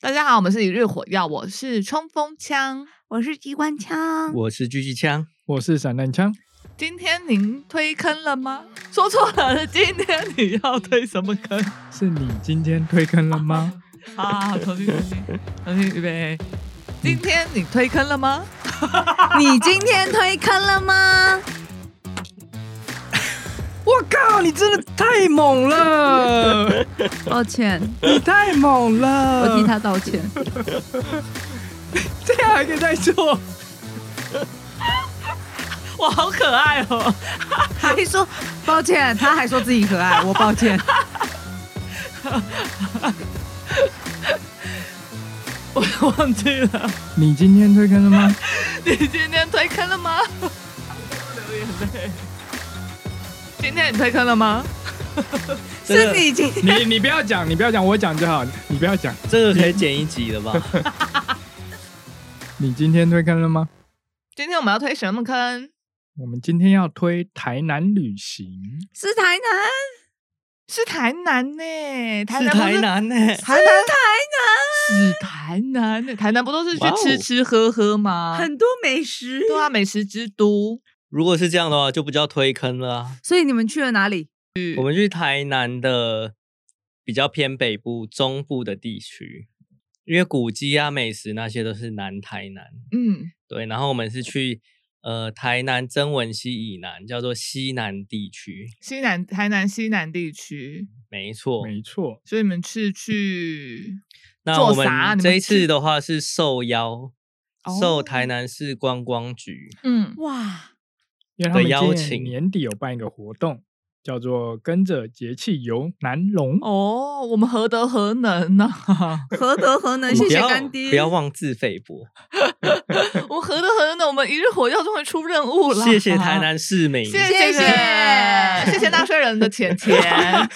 大家好，我们是一日火药，我是冲锋枪。我是机关枪，我是狙击枪，我是散弹枪，今天您推坑了吗？说错了，今天你要推什么 坑？是你今天推坑了吗？好好好，啊重新重新重新预备。今天你推坑了吗？你今天推坑了吗？ 我靠，你真的太猛 了， 抱歉，你太猛了，我替他道歉。这样还可以再做，我好可爱哦！还说抱歉，他还说自己可爱， 我抱歉。我忘记了，你今天推坑了吗？你今天推坑了吗？流眼泪。 今天你推坑了吗？这是个你今天 你你不要讲，你不要讲，我讲就好，你不要讲。这个可以剪一集了吧？你今天推坑了吗？今天我们要推什么坑？我们今天要推台南旅行，是台南，是台南呢、 台是南不台南呢、台南是台南呢，台南不都是去哇哦吃吃喝喝吗？很多美食。对啊，美食之都。如果是这样的话，就不叫推坑了、啊。所以你们去了哪里？嗯我们去台南的比较偏北部、中部的地区，因为古迹啊、美食那些都是南台南。嗯，对，然后我们是去呃台南曾文溪以南，叫做西南地区。西南台南西南地区，没错，没错，所以你们是去那做我啥们你这们一去次的话是受邀，受哦台南市观光局嗯哇，因为他们的邀今年请年底有办一个活动，叫做“跟着节气游南龙”。哦，我们何德何能啊呢、 何德何能？你谢不谢要干爹。嗯不要妄自菲薄，我们何德何能？我们一日火药终于出任务了，谢谢台，南市民，谢谢谢谢谢谢纳税人的钱钱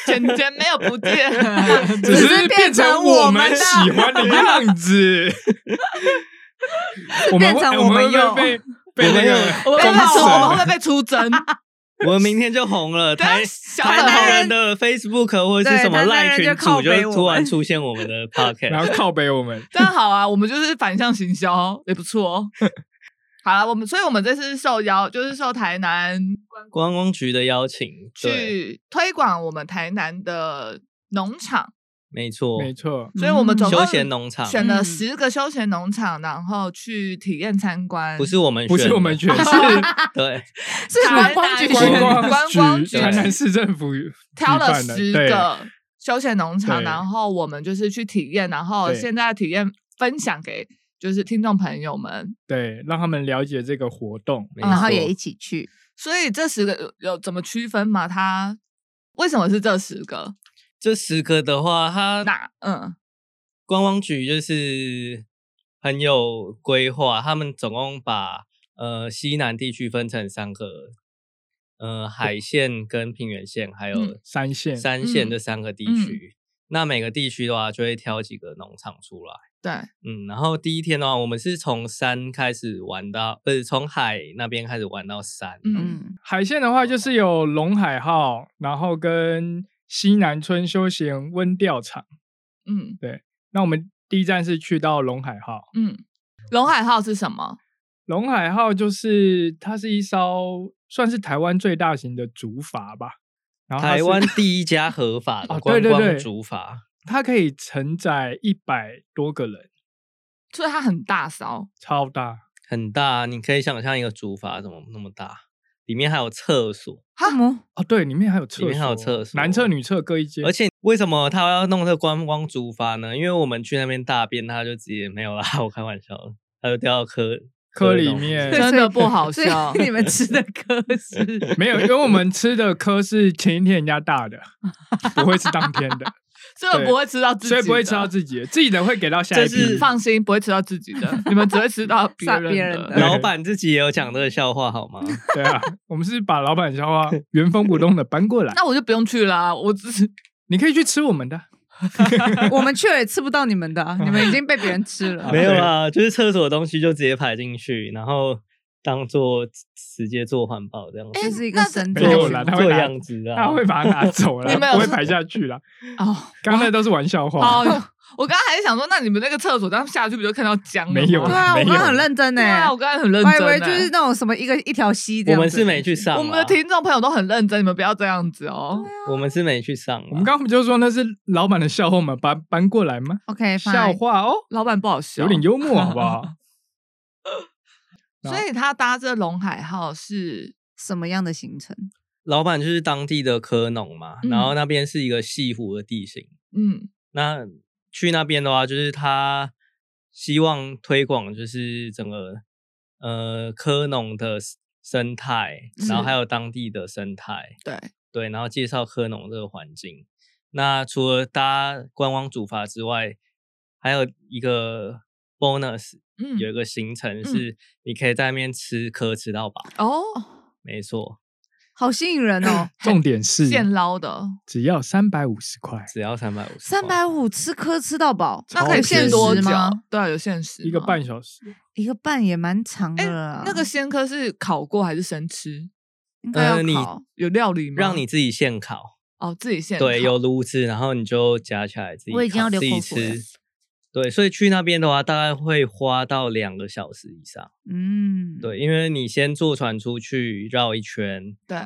钱钱没有不见，只是变成我们的喜欢的样子。我们变成会我们会不用会被被那我个们被公骂审我们会审不会被出 征？我们明天就红了，等下台啊小台粉南南红人人的 Facebook 或者对是什么台南赖人群就主，靠北就我突然们出现我 们的然 Podcast。后靠北 我们。 这样好啊，我们就是反向行销也不错 哦。好了，我们所以我们这次受邀就是受台南观光局的邀请，对，去推广我们台南的农场，没错，没错，所以我们总共嗯休闲农场选了嗯十个休闲农场，然后去体验参观。不是我们选的，不是我们选，是对，是观光局台选南的。观观光光局局台南市政府举挑了办的十对个休闲农场，对然后我们就是去体验，然后对现在体验分享给就是听众朋友们。对，让他们了解这个活动。没然后也错一起去，所以这十个有有怎么区分吗？它为什么是这十个？这十个的话，它那嗯，观光局就是很有规划，他们总共把呃西南地区分成三个，呃海线跟平原线，还有嗯哦三线山线这三个地嗯区。那每个地区的话，就会挑几个农场出来。对，嗯，然后第一天的话，我们是从山开始玩到，不是从海那边开始玩到山。嗯，嗯，海线的话，就是有龙海号，然后跟西南村休闲温钓场。嗯那我们第一站是去到龙海号，嗯，龙海号是什么？龙海号就是它是一艘算是台湾最大型的竹筏吧，然后它台是湾第一家合法的哦观对对光对竹筏，它可以承载一百多个人，所以它很大艘，超大。很大，你可以想象一个竹筏怎么那么大，里面还有厕所。什 么？哦，对，里面还有厕所，里面还有厕所男厕女厕各一间，而且为什么他要弄这个观光竹筏呢？因为我们去那边大便，他就直接 没有啦，我开玩笑的，他就掉到科科里中面真的不好所以。笑你们吃的可 是没有，因为我们吃的科是前一天人家大的，不会是当天 的，所以我不会吃到自己的，所以不会吃到自己的，自己的会给到下一啊这是批己。放心，不会吃到自己的，你们只会吃到 别上人的。别人的老板自己也有讲这个笑话好 吗？对啊，我们是把老板消化原封不动的 搬过来，那我就不用去啦、我只是你可以去吃我们的。我们去了也吃不到你 们的啊，你们已经被别人吃了。没有啊，就是厕所的东西就直接排进去，然后当做直接做环保这样子，这是一个那生态没有圈啦他会做拿样子啊，他会把它拿走 啦，你们有不会是排下去啦。哦刚才都是玩笑话，哦，我刚才还想说，那你们那个厕所，这样下去不就看到江了吗？没有 对啊，我没刚刚很有认真呢、对啊，我刚才很认我真、还欸，以为就是那种什么一个一条溪这我样子。们是没去上啊，我们的听众朋友都很认真，你们不要这样子哦。我们是没去上啊，我们刚刚不就说那是老板的笑话嘛，把它搬过来吗？ OK，笑 fine 话哦，老板不好笑，有点幽默好 不好？！所以他搭这龙海号是什么样的行程？老板就是当地的科农嘛，嗯然后那边是一个西湖的地形，嗯那去那边的话，就是他希望推广就是整个呃科农的 s- 生态，然后是还有当地的生态，对，对，然后介绍科农这个环境。那除了搭观光主法之外，还有一个 bonus，、嗯有一个行程是你可以在那边吃科吃到饱，哦，没错，好吸引人哦重点是现捞的，哦只要三百五十块，只要三百五十，三百五吃颗吃到饱，那可以超级限限多时久吗？？对啊，有限时一个吗半小时，一个半也蛮长的哎了啦、那啊个鲜科是烤过还是生吃？应该呃，你要烤。有料理吗？让你自己现烤。哦自己现对，烤有炉子，然后你就夹起来自己烤，我已经要流自己口水了吃。对，所以去那边的话，大概会花到两个小时以上。嗯，对，因为你先坐船出去绕一圈，对，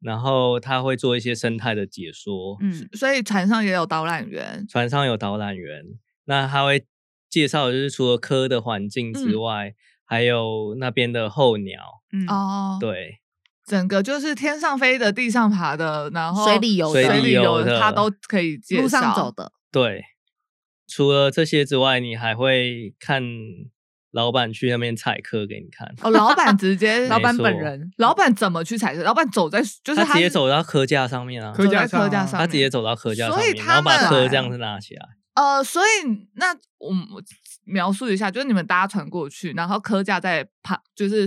然后他会做一些生态的解说。嗯，所以船上也有导览员，船上有导览员，那他会介绍就是除了科的环境之嗯外，还有那边的候鸟，嗯哦，哦，，对，整个就是天上飞的、地上爬的，然后水里游的水水里里游游的它都可以介绍。路上走的，对，除了这些之外，你还会看老板去那边采科给你看。哦，老板 直接老板没错本人老板怎么去采购？老板走在就是他直接是走到科架上面啊，科走在架上科架啊上面，他直接走到科架上所以面，然后他把们科这样子拿起来。呃，所以那我们我描述一下，就是你们搭船过去，然后科架在旁，就是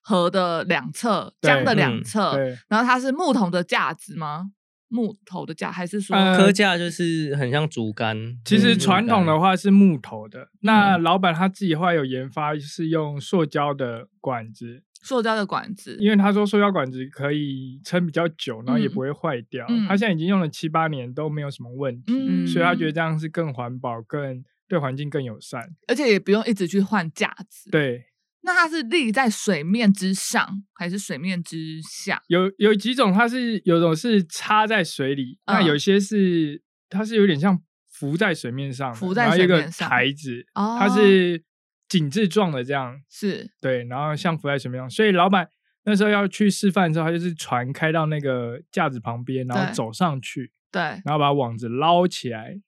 河的两侧，对江的两嗯侧，对，然后它是木头的架子吗？木头的架还是说、呃科架就是很像竹竿，其就实是竹传统竿的话是木头的，嗯那老板他自己后来有研发是用塑胶的管子，塑胶的管子？因为他说塑胶管子可以撑比较久，然后也不会坏掉。嗯他现在已经用了七八年都没有什么问题，嗯所以他觉得这样是更环保、更对环境更友善。而且也不用一直去换架子。，对，那它是立在水面之上还是水面之下？有有几种它是有种是插在水里，那嗯有些是它是有点像浮在水面上的，浮在然后有一水个面上台子，哦它是紧致状的这样，是对，然后像浮在水面上，所以老板那时候要去示范的时候，他就是船开到那个架子旁边，然对后走上去，对。然后把网子捞起来，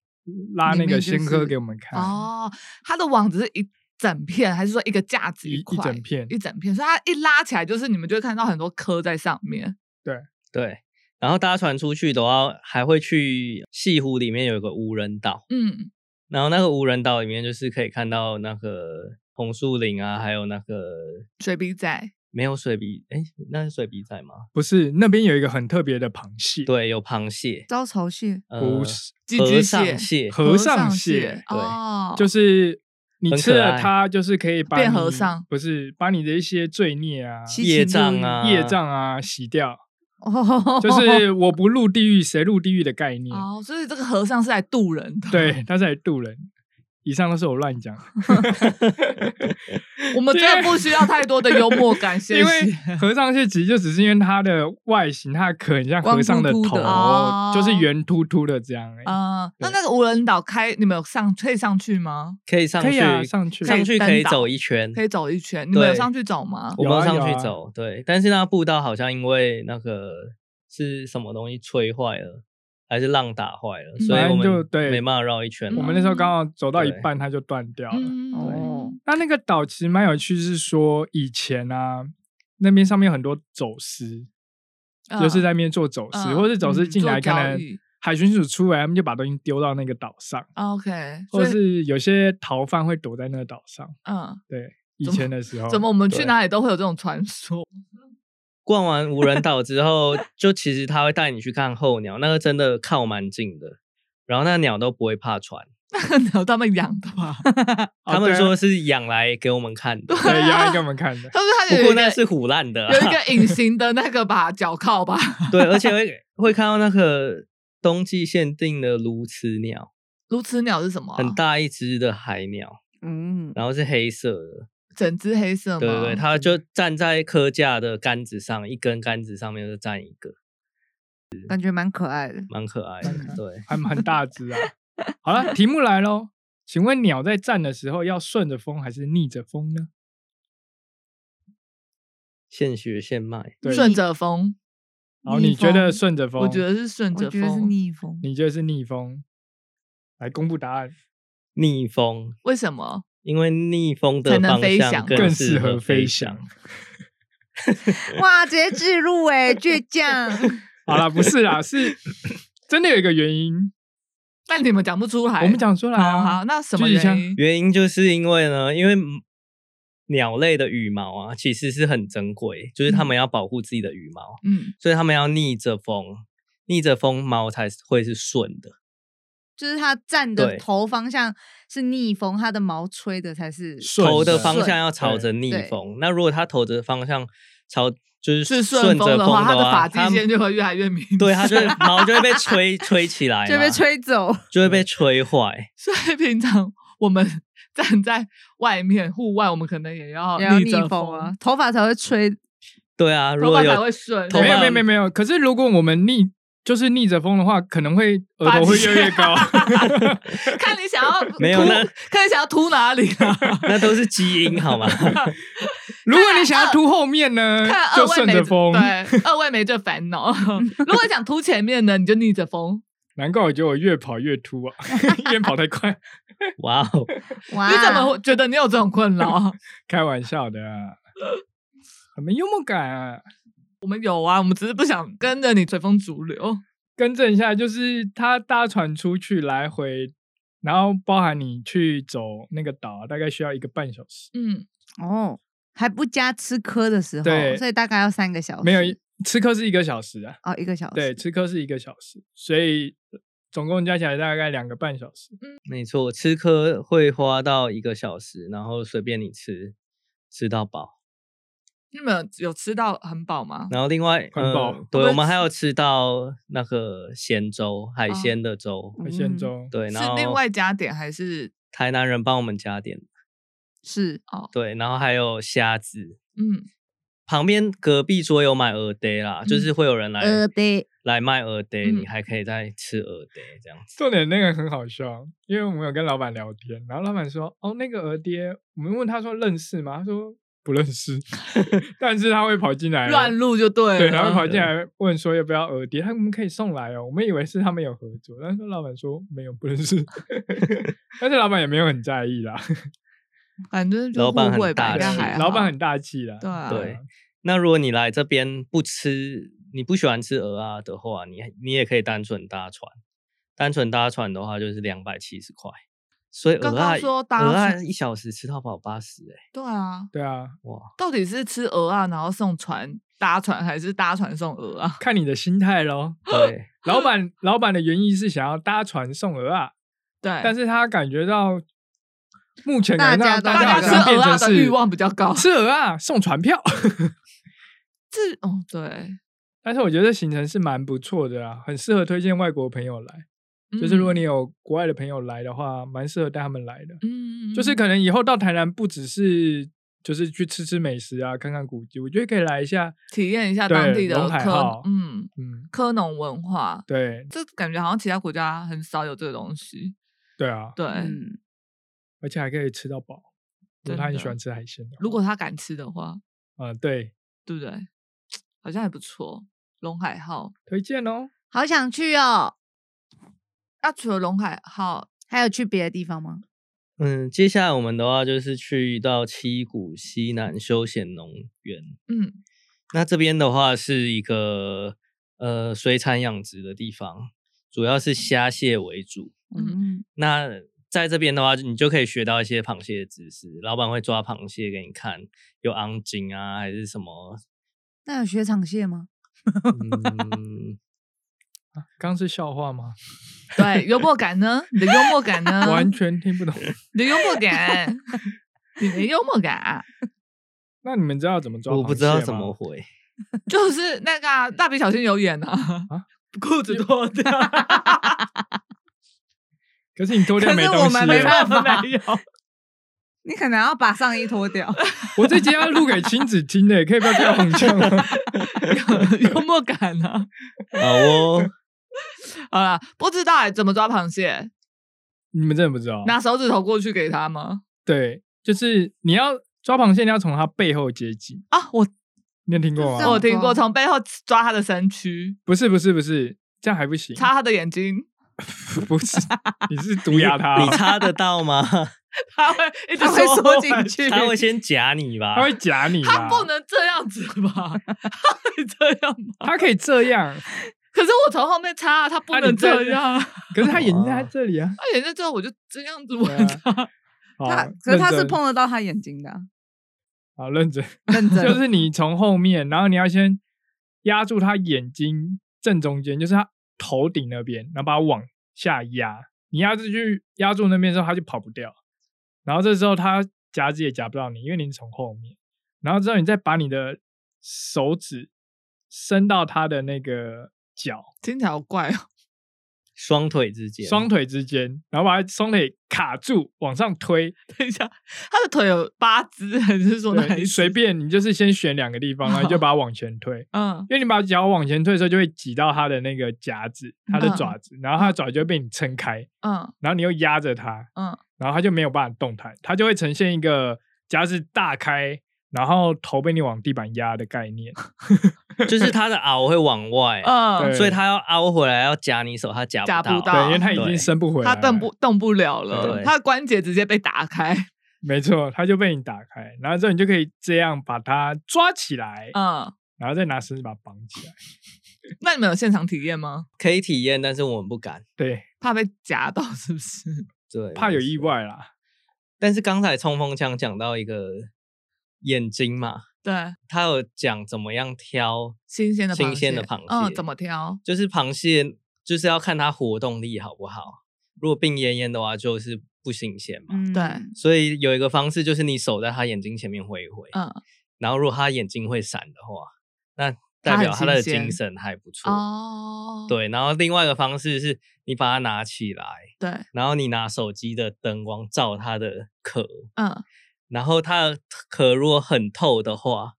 拉里那面个就仙科是给我们看。哦，它的网子是一整片，还是说一个架子一一块整片一整片？所以它一拉起来，就是你们就会看到很多颗在上面。对。然后搭船出去的话，还会去西湖里面有一个无人岛，嗯，然后那个无人岛里面就是可以看到那个红树林啊，还有那个水笔仔没有水笔，哎，那是水笔仔吗？不是，那边有一个很特别的螃蟹，对，有螃蟹，招潮蟹，呃不是寄居和蟹尚蟹，和尚蟹对哦，就是你很吃可了爱它，就是可以把变和你尚不是把你的一些罪孽啊、七业情障路啊，业障 啊洗掉，哦，就是我不入地狱谁入地狱的概念。哦，所以这个和尚是来渡人的。，对，他是来渡人。以上都是我乱讲的，我们真的不需要太多的幽默感，谢 因为谢。和尚蟹其实就只是因为它的外形，它的壳很像和尚光秃头，秃的哦就是圆秃秃的这样、欸。嗯，那对那个无人岛开，你们有上可以上去吗？可以上可以啊去，上去上去可以可以登岛走一圈，可以走一圈，你们有对上去走吗？我有没有啊有上去啊走，对，但是那步道好像因为那个是什么东西吹坏了，还是浪打坏了，所以反我正就们对没办法绕一圈我了。们那时候刚好走到一对半，它就断掉了。嗯，哦，那那个岛其实蛮有趣，是说以前啊，那边上面有很多走私，嗯就是在那边做走私，嗯或者走私嗯进做来，可交能易海巡署出来，他们就把东西丢到那个岛上， OK，或所以是有些逃犯会躲在那个岛上。嗯，对，以怎么前的时候，怎么我们去对哪里都会有这种传说？ 逛完无人岛之后，就其实他会带你去看候鸟，那个真的靠蛮近的，然后那鸟都不会怕船，有他们养的吧？哦他们对啊说是养来给我们看的，对，压来给我们看的，他说他不有过一那个是腐烂的 啊、有一个隐形的那个吧，脚铐吧， 对，而且会会看到那个冬季限定的鸬鹚鸟，鸬鹚鸟是什么啊、很大一只的海鸟， 嗯，然后是黑色的，整只黑色吗？对对对，它就站在科架的杆子上，一根杆子上面就站一个，感觉蛮可爱的。蛮可爱的。对，还蛮大只啊。好了，题目来喽，请问鸟在站的时候要顺着风还是逆着风呢？现学现卖，对，顺着风，然后你觉逆得风顺着风？我觉得是顺我着觉得是风。逆风，你觉得是逆风？来公布答案，逆风，为什么？因为逆风才的能方飞向翔更适适合合飞翔翔。哇，直接置入哎，倔强。好啦，不是 啦，是真的有一个原因，但你们讲不出来。我们讲出来好啊。好，那什么具体像原因？原因就是因为呢，因为嗯鸟类的羽毛啊，其实是很珍贵，就是它们要保护自己的羽毛，嗯，所以它们要逆着风，逆着风毛才会是顺的，就是它站对的头方向是逆风，它的毛吹的才是顺头的的方向顺要朝着逆风。那如果它头的方向朝就是是顺顺着风的话，它的发话，际线就会越来越明显。 对，啊它就会毛就会被吹吹起来嘛，就被吹走。就会被吹坏。所以平常我们站在外面户外，我们可能也要 也要逆着风啊，，头发才会吹。对啊，如头果发才有会顺。头没有发没有没有没有，可是如果我们逆就是逆着风的话，可能会额发头际会越来越线 高。 看你想要没有秃 那看你想要秃哪里啊？那都是基因好吗？ 如果你想要凸后面呢 看，二嗯就位顺没着风。对，二位没这烦 恼。如果想秃前面呢，你就逆着风。难怪我觉得我越跑越凸啊， 因为跑太快。哇哦，哇，你怎么会觉得你有这种困扰 啊？开玩笑的啊，很没幽默感啊。我们有啊，我们只是不想跟着你随风逐流。更正一下，就是他搭船出去来回，然后包含你去走那个岛啊，大概需要一个半小时。嗯，哦，还不加吃科的时对候，所以大概要三个小时。没有吃课是一个小时啊，哦，一个小时。对，，吃课是一个小时，所以总共加起来大概两个半小时。嗯没错，吃科会花到一个小时，然后随便你吃，吃到饱。你们有吃到很饱吗？然后另外，很饱呃，对，我们我们还有吃到那个咸粥，海哦鲜的粥。嗯现中对，然是后另外加点还是？哦台南人帮我们加点，是对，然后还有虾子。嗯，旁边隔壁桌有买鹅呆啦，就是会有人来呃对，来卖鹅呆，你嗯还可以再吃鹅呆这样子。重点那个很好笑，因为我们有跟老板聊天，然后老板说：“哦，那个鹅爹，我们问他说认识吗？”他说不 认识，但是他会跑进来乱入就对对，他会跑了。进来问说要不要鹅爹，他说我们可以送来哦。我们以为是他们有合作，但是老板说没有，不 认识。但是老板也没有很在意啦，反正就老板互很惠吧，大应该气还好老板很大气啦。啊对啊对，那如果你来这边不吃，你不喜欢吃鹅啊的话，你你也可以单纯搭船。单纯搭船的话就是两百七十块，所以刚鹅刚啊说搭鹅啊船一小时吃到饱八十哎，对啊，对啊，哇！到底是吃鹅啊，然后送船搭船，还是搭船送鹅啊？看你的心态咯。哦对， 老板，老板的原意是想要搭船送鹅啊，对，但是他感觉到目前大感觉家到都大家大好家像吃鹅变啊成的是欲望比较高吃鹅啊送船票。 这哦对，但是我觉得行程是蛮不错的啦，很适合推荐外国朋友来。嗯就是如果你有国外的朋友来的话，蛮适合带他们来的。嗯，嗯就是可能以后到台南不只是就是去吃吃美食啊，看看古迹，我觉得可以来一下。体验一下对当地的龙海科号嗯嗯，科农文化，对这感觉好像其他国家很少有这个东西。对啊，对，嗯，而且还可以吃到饱。如真果他很的喜欢吃海鲜的话，如果他敢吃的话，啊、对，对不对？好像还不错。龙海号，推荐哦。好想去哦。那、除了龙海号，还有去别的地方吗？嗯，接下来我们的话就是去到七股西南休闲农园，嗯，那这边的话是一个呃水产养殖的地方，主要是虾蟹为主。嗯，那在这边的话，你就可以学到一些螃蟹的知识。老板会抓螃蟹给你看，有昂金啊， 还是什么？那有雪场蟹吗？嗯，刚是笑话 吗？对，幽默感呢？你的幽默感呢？ 完全听 不懂。你的幽默感，你的幽默感啊、那你们知道怎么抓？我不知道怎么。回。就是那个啊蜡笔小新有演啊， 裤子脱掉，可是你脱掉可没是东西耶。我们没办法没有。 你可能要把上衣脱掉， 我这集要录给亲子听的，可以不要跳红腔吗？ 幽默感啊。好 哦，好了，不知道哎、怎么抓螃蟹？你们真的不知道？拿手指头过去给他吗？对，就是你要抓螃蟹，你要从它背后接近。啊，我你有听过这样吗？我听过，抓从背后抓他的身躯，不是，不是，不是，这样还不行。擦他的眼睛，不是，你是毒牙它哦，你插得到 吗？他会一直它会缩缩回进去他会先夹你吧它？会夹你啦。他不啊能这样子吧？ 他会这样吗？它可以这样，可是我从后面插啊，他不啊你能这这样啊。可是它眼睛在它哦这里啊。他眼睛之后我就这样子对问啊 他，好他可是他是哦认真碰得到他眼睛的 啊，好认真， 认真。就是你从后面，然后你要先压住它眼睛正中间，就是它头顶那边，然后把它往下压。你压制去压住那边之后，它就跑不掉。然后这时候它夹子也夹不到你，因为你是从后面。然后之后你再把你的手指伸到它的那个脚，听起来好怪哦。双腿之间，双腿之间，然后把它双腿卡住，往上推，等一下，他的腿有八只，还是说哪对，一你随只？便你就是先选两个地方，然后你就把它往前推。嗯，因为你把脚往前推的时候，就会挤到它的那个夹子，它的爪子，然后它的爪子就会被你撑开，嗯然后你又压着它，嗯，然后它就没有办法动弹，它就会呈现一个夹子大开，然后头被你往地板压的概念。就是他的螯会往 外，啊嗯，对所以他要凹回来要夹你手，他夹夹不不到对，因为它已对经伸不回来他了，动不动不了了，对他的关节直接被打开。没错，它就被你打开，然后之后你就可以这样把它抓起来，嗯，然后再拿绳子把它绑起来。那你们有现场体验吗？可以体验，但是我们不敢，对，怕被夹到是不是？ 对，怕有没错意。外啦。但是刚才冲锋枪讲到一个眼睛嘛，对，他有讲怎么样挑，新鲜的新鲜的螃嗯，蟹怎么挑？就是螃蟹就是要看它活动力好不好，如果病恹恹的话就是不新鲜嘛。 嗯对所以有一个方式就是你手在它眼睛前面挥一挥，嗯，然后如果它眼睛会闪的话，那它代很表它的新鲜精神还不错。哦，对，然后另外一个方式是你把它拿起来，对，然后你拿手机的灯光照它的壳，嗯，然后它的壳如果很透的话，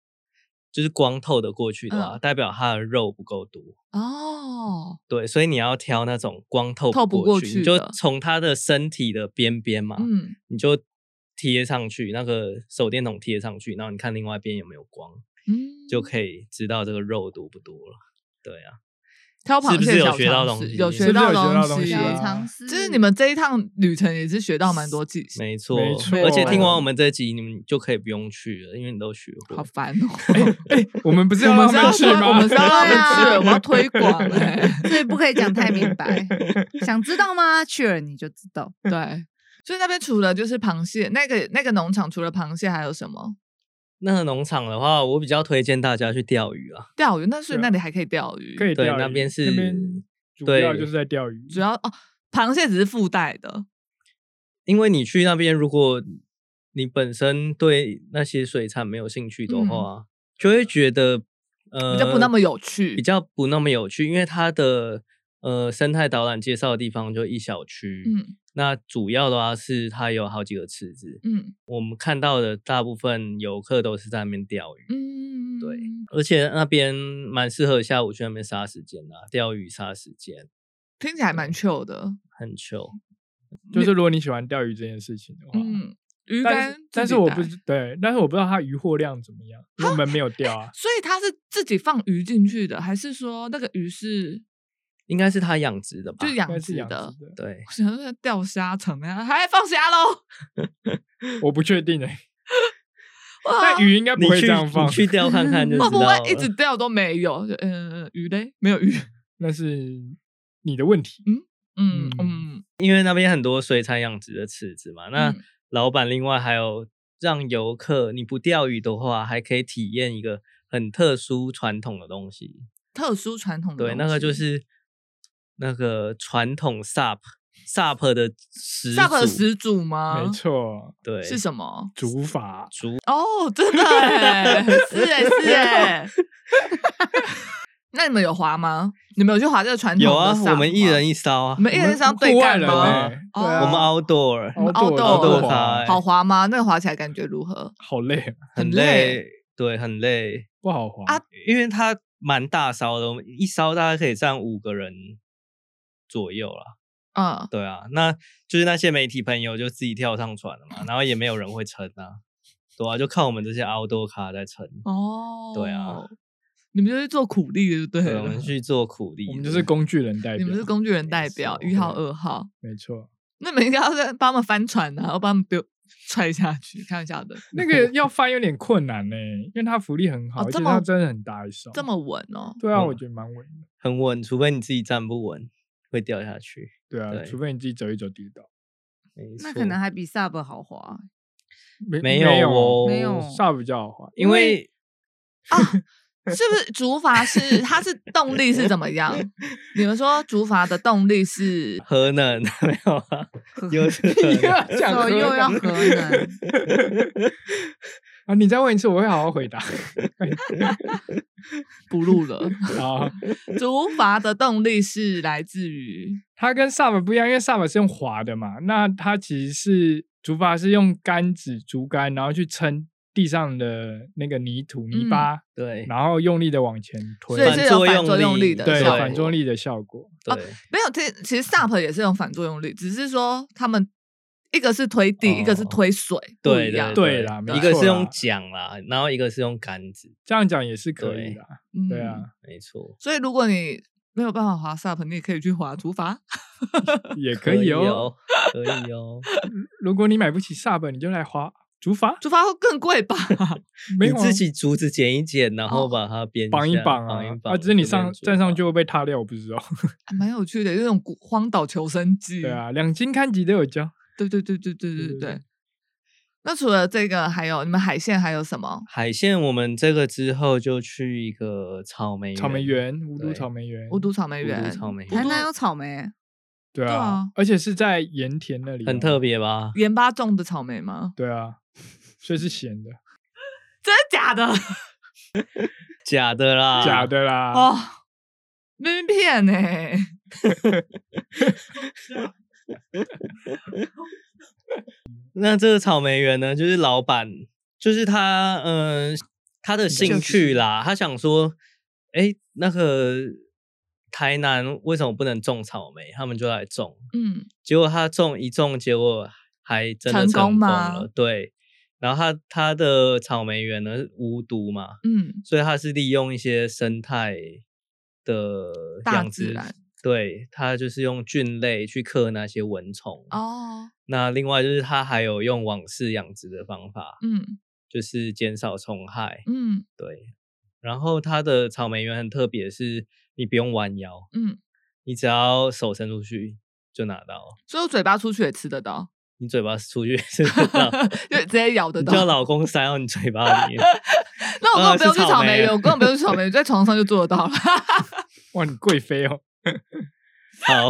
就是光透的过去的话，嗯代表它的肉不够多。哦，对，所以你要挑那种光透透不不过去，去你就的从它的身体的边边嘛，嗯，你就贴上去，那个手电筒贴上去，然后你看另外一边有没有光，嗯就可以知道这个肉多不多了。对啊，挑螃是不蟹是有小学到常识东西有是不学是到有学到东东西西啊啊识就是你们这一趟旅程也是学到蛮多技巧，没错，错而且听完哦我们这集，你们就可以不用去了，因为你都学会好。烦哦！我 们不是我要们让是他要们推，我们去吗？是 要让他们对去，啊我们要推广哎，所以不可以讲太明白。想知道吗？去了你就知道。对。所以那边除了就是螃蟹，那个那个农场除了螃蟹还有什么？那个农场的话，我比较推荐大家去钓鱼啊。钓鱼，那所以对啊那里还可以钓鱼， 可以对钓鱼，那边是那边主要对就是在钓鱼，主要哦，螃蟹只是附带的，因为你去那边，如果你本身对那些水产没有兴趣的嗯话，就会觉得呃比较不那么有趣比较不那么有趣，因为它的呃生态导览介绍的地方就一小区，嗯那主要的话是它有好几个池子，嗯我们看到的大部分游客都是在那边钓鱼，嗯，对而且那边蛮适合下午去那边杀时间的、啊，钓鱼杀时间听起来蛮 chill 的，很 chill。就是如果你喜欢钓鱼这件事情的话，嗯，鱼但竿是自但是己我带不知对，但是我不知道它渔获量怎么样，因为我们没有钓 啊。所以他是自己放鱼进去的，还是说那个鱼是应啊该是它养殖的吧？就是应该养是殖养的？殖的，对，我想说钓虾场啊，还放虾喽！我不确定哎、 哇但鱼应该不你会去这样放你，去钓看看 就知会道不会一了直钓都没有？就嗯、呃，鱼嘞没有鱼，那是你的问题。嗯嗯嗯，因为那边很多水产养殖的池子嘛，那嗯老板另外还有让游客，你不钓鱼的话，还可以体验一个很特殊传统的东西。特殊传统的对，东那个就西是那个传统 SUP SUP 的始萨克祖始祖吗？没，错，对是什么？竹筏哦，真的哎，是哎是哎。 那你们有滑吗？你们有去滑这个传统的有啊，萨我们吗一人一艘啊你，们一人一张对户外干人吗？欸哦对啊我们 outdoor 你们凹斗 outdoor 它凹斗欸好滑吗？那个滑起来感觉如何？好累，啊很很累累，对，很累，不好滑啊因为它蛮大艘的，我们一艘大概可以站五个人左右啦。嗯，对啊，那就是那些媒体朋友就自己跳上船了嘛，然后也没有人会撑啊，对啊，就靠我们这些 outdoor 咖在撑。哦，对啊，你们就是做苦力的，对对，我们了。去做苦力的，我们就是工具人代你表，们是工具人代没表，错一号、对二号，没错。那你们应该要在帮他们翻船啊，然后把他们丢踹下去，开玩笑的，那个要翻有点困难呢、因为它浮力很好，哦而且这么它真的很大一艘。这么稳 哦。对啊，嗯我觉得蛮稳的。很稳，除非你自己站不稳，会掉下去。对啊，对除非你自己走一走跌倒。没那错可能还比 Sub 好滑。没没有有哦，没有煞比较好滑，因为是不是竹筏是它是动力是怎么样？你们说竹筏的动力是核能 没有啊， 有是 核能讲手核又要能核能，啊，你再问一次，我会好好回答。不录了，啊，竹筏的动力是来自于它跟 sub 不一样，因为 sub 是用滑的嘛，那它其实是竹筏是用杆子、竹竿，然后去撑地上的那个泥土、泥嗯巴，对然后用力的往前推，所以反是有作反作用用力力的对效反果作用力的效果。对，没有，其其实 SUP 也是有反作用力，只是说他们一个是推地，一个是哦推水，不对一样。对啦没一个错是用啦桨啦，然后一个是用杆子，这样讲也是可以的啊，嗯对啊，没错，所以如果你没有办法滑 SUP，你也可以去滑竹筏。 也可可以哦。哦，可以哦，如果你买不起 sub，你就来滑竹筏，竹筏会更贵吧？ 没你有啊自己竹子剪一剪，然后哦把它编绑一下绑绑一啊，绑，啊，只是你就变上竹站上筏去会被踏掉，我不知道。还蛮有趣的，有一种古荒岛求生记。对，啊，两金看集都有教。对对对对对对对对对对。那除了这个，还有你们海线还有什么？海鲜，我们这个之后就去一个草莓草莓，园，无毒对草莓园，无毒草莓无毒园、草莓无台毒南有草莓，对对啊啊，而且是在盐田那里，哦很特。别吧？盐巴种的草莓吗？对啊，所以是咸的，真的假的？假的啦，假的啦。哦，明明骗呢、那这个草莓园呢，就是老板，就是他，嗯、他的兴趣啦，他想说，哎，那个台南为什么不能种草莓？他们就来种，嗯，结果他种一种，结果还真的成成功功吗了，对。然后他他的草莓园呢是无毒嘛，嗯，所以它是利用一些生态的呃大养自殖然，对，它就是用菌类去克那些蚊虫。哦，那另外就是它还有用网式养殖的方法，嗯就是减少虫害。嗯对，然后它的草莓园很特别，是你不用弯腰，嗯，你只要手伸出去就拿到，所以我嘴巴出去也吃得到，你嘴巴出去 就拿 到。就直接咬得你到。叫老公塞到你嘴巴里面，那我根本不用去呃是草草莓莓园，我根本不用去草莓园，在床上就做得到了。哇，你贵妃哦！好，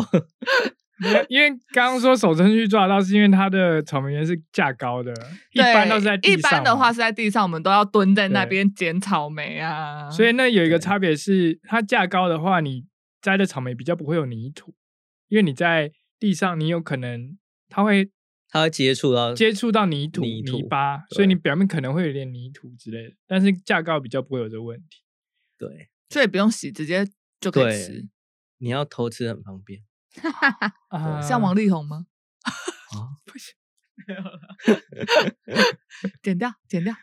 因为因为刚刚说手伸去抓得到，是因为它的草莓园是架高的， 一般都是在对地一上嘛。般的话是在地上，我们都要蹲在那对边捡草莓啊。所以那有一个对差别是，它架高的话，你摘的草莓比较不会有泥土，因为你在地上，你有可能它会它会接触到接触到泥土、呃泥泥土巴，对所以你表面可能会有点泥土之类的。但是架高比较不会有这个问题。对，所以不用洗，直接就可以吃对。，你要偷吃很方便。啊像王力宏吗？啊， 不行，没有了， 剪掉，剪 掉。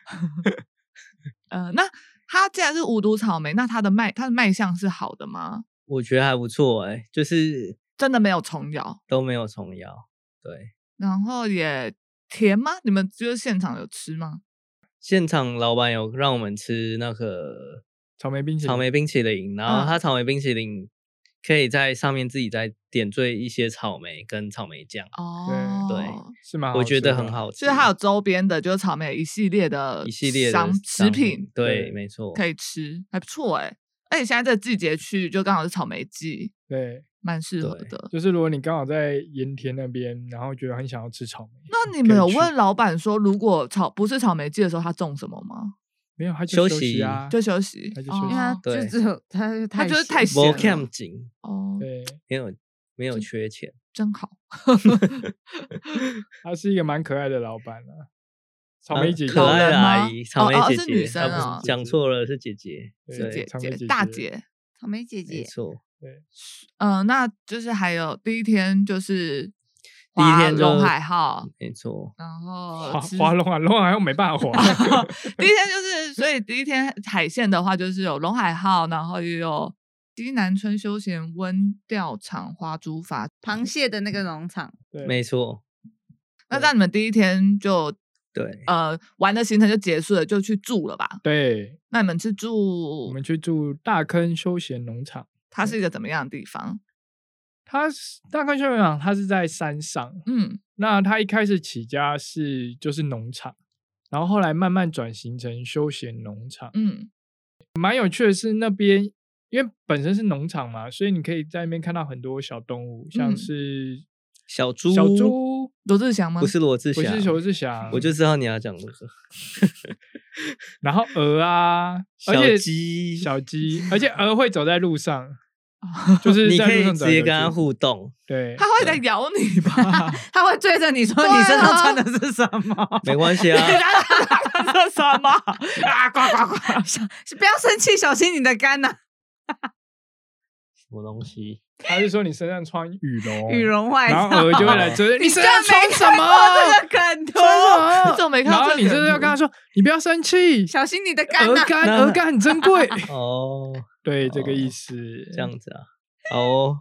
呃，那它既然是无毒草莓，那它的卖它的卖相是好的吗？我觉得还不错哎、就是真的没有虫咬，都没有虫咬。对，然后也甜吗？你们就是现场有吃吗？现场老板有让我们吃那个草莓冰淇淋，嗯草莓冰淇淋，然后它草莓冰淇淋可以在上面自己再点缀一些草莓跟草莓酱，哦，对是哦吗？我觉得很。好吃。所以它有周边的，就是草莓一系列的一系列的商食商品，对，对没错，可以吃，还不错哎、而且现在这个季节去，就刚好是草莓季，对，蛮适合对的。就是如果你刚好在盐田那边，然后觉得很想要吃草莓，那你可们以有去问老板说，如果草不是草莓季的时候，他种什么吗？没有，他就休息息啊，就休息他就，休哦息因为 他就对只有他就他就是太太闲闲了没了 cam 景，哦，对，没有没有缺钱。真好。他是一个蛮可爱的老板啊，草啊莓姐姐，可爱老的人吗阿姨，草莓哦哦姐是姐，女生啊不是哦讲错了，是姐姐，是对姐长姐辈姐大姐姐，草莓姐没姐，错。嗯、那就是还有第一天就是第一划天就嗯龙海号，没错，然后滑吃滑龙啊，龙啊又没办法滑， 第一天就是，所以第一天海线的话，就是有龙海号，然后也有低南村休闲温钓场花猪筏。螃蟹的那个农场，对，没错，那在你们第一天就对，呃玩的行程就结束了，就去住了吧？对，那你们是住我们去住大坑休闲农场，它是一个怎么样的地方？它是大坑休闲农场，它是在山上，嗯，那它一开始起家是就是农场，然后后来慢慢转型成休闲农场，嗯，蛮有趣的是那边，因为本身是农场嘛，所以你可以在那边看到很多小动物，像嗯是小猪，小猪，罗志祥吗？不是罗志不祥，是小志祥，我就知道你要讲这个。然后鹅啊，而小且鸡小鸡，而且鹅会走在路上，哦，就是你在可路以上直走来接走跟他去互 动，对，他会在咬你吧？他会追着你说对你身上啊。穿的是什么。没关系啊 这什么 啊？呱呱呱！小 不要生气，小心你的肝呐、什么东西？他就说你身上穿羽绒，羽，绒外哦然套。后鹅就会来追着你身居上然穿没什看过么这？个梗图，穿什你怎么没看然到这后个你就是要梗跟他说，你不要生气，小心你的肝鹅呐、肝，那鹅肝很珍 贵，哦，对，这个意哦思，这 样子啊，好哦，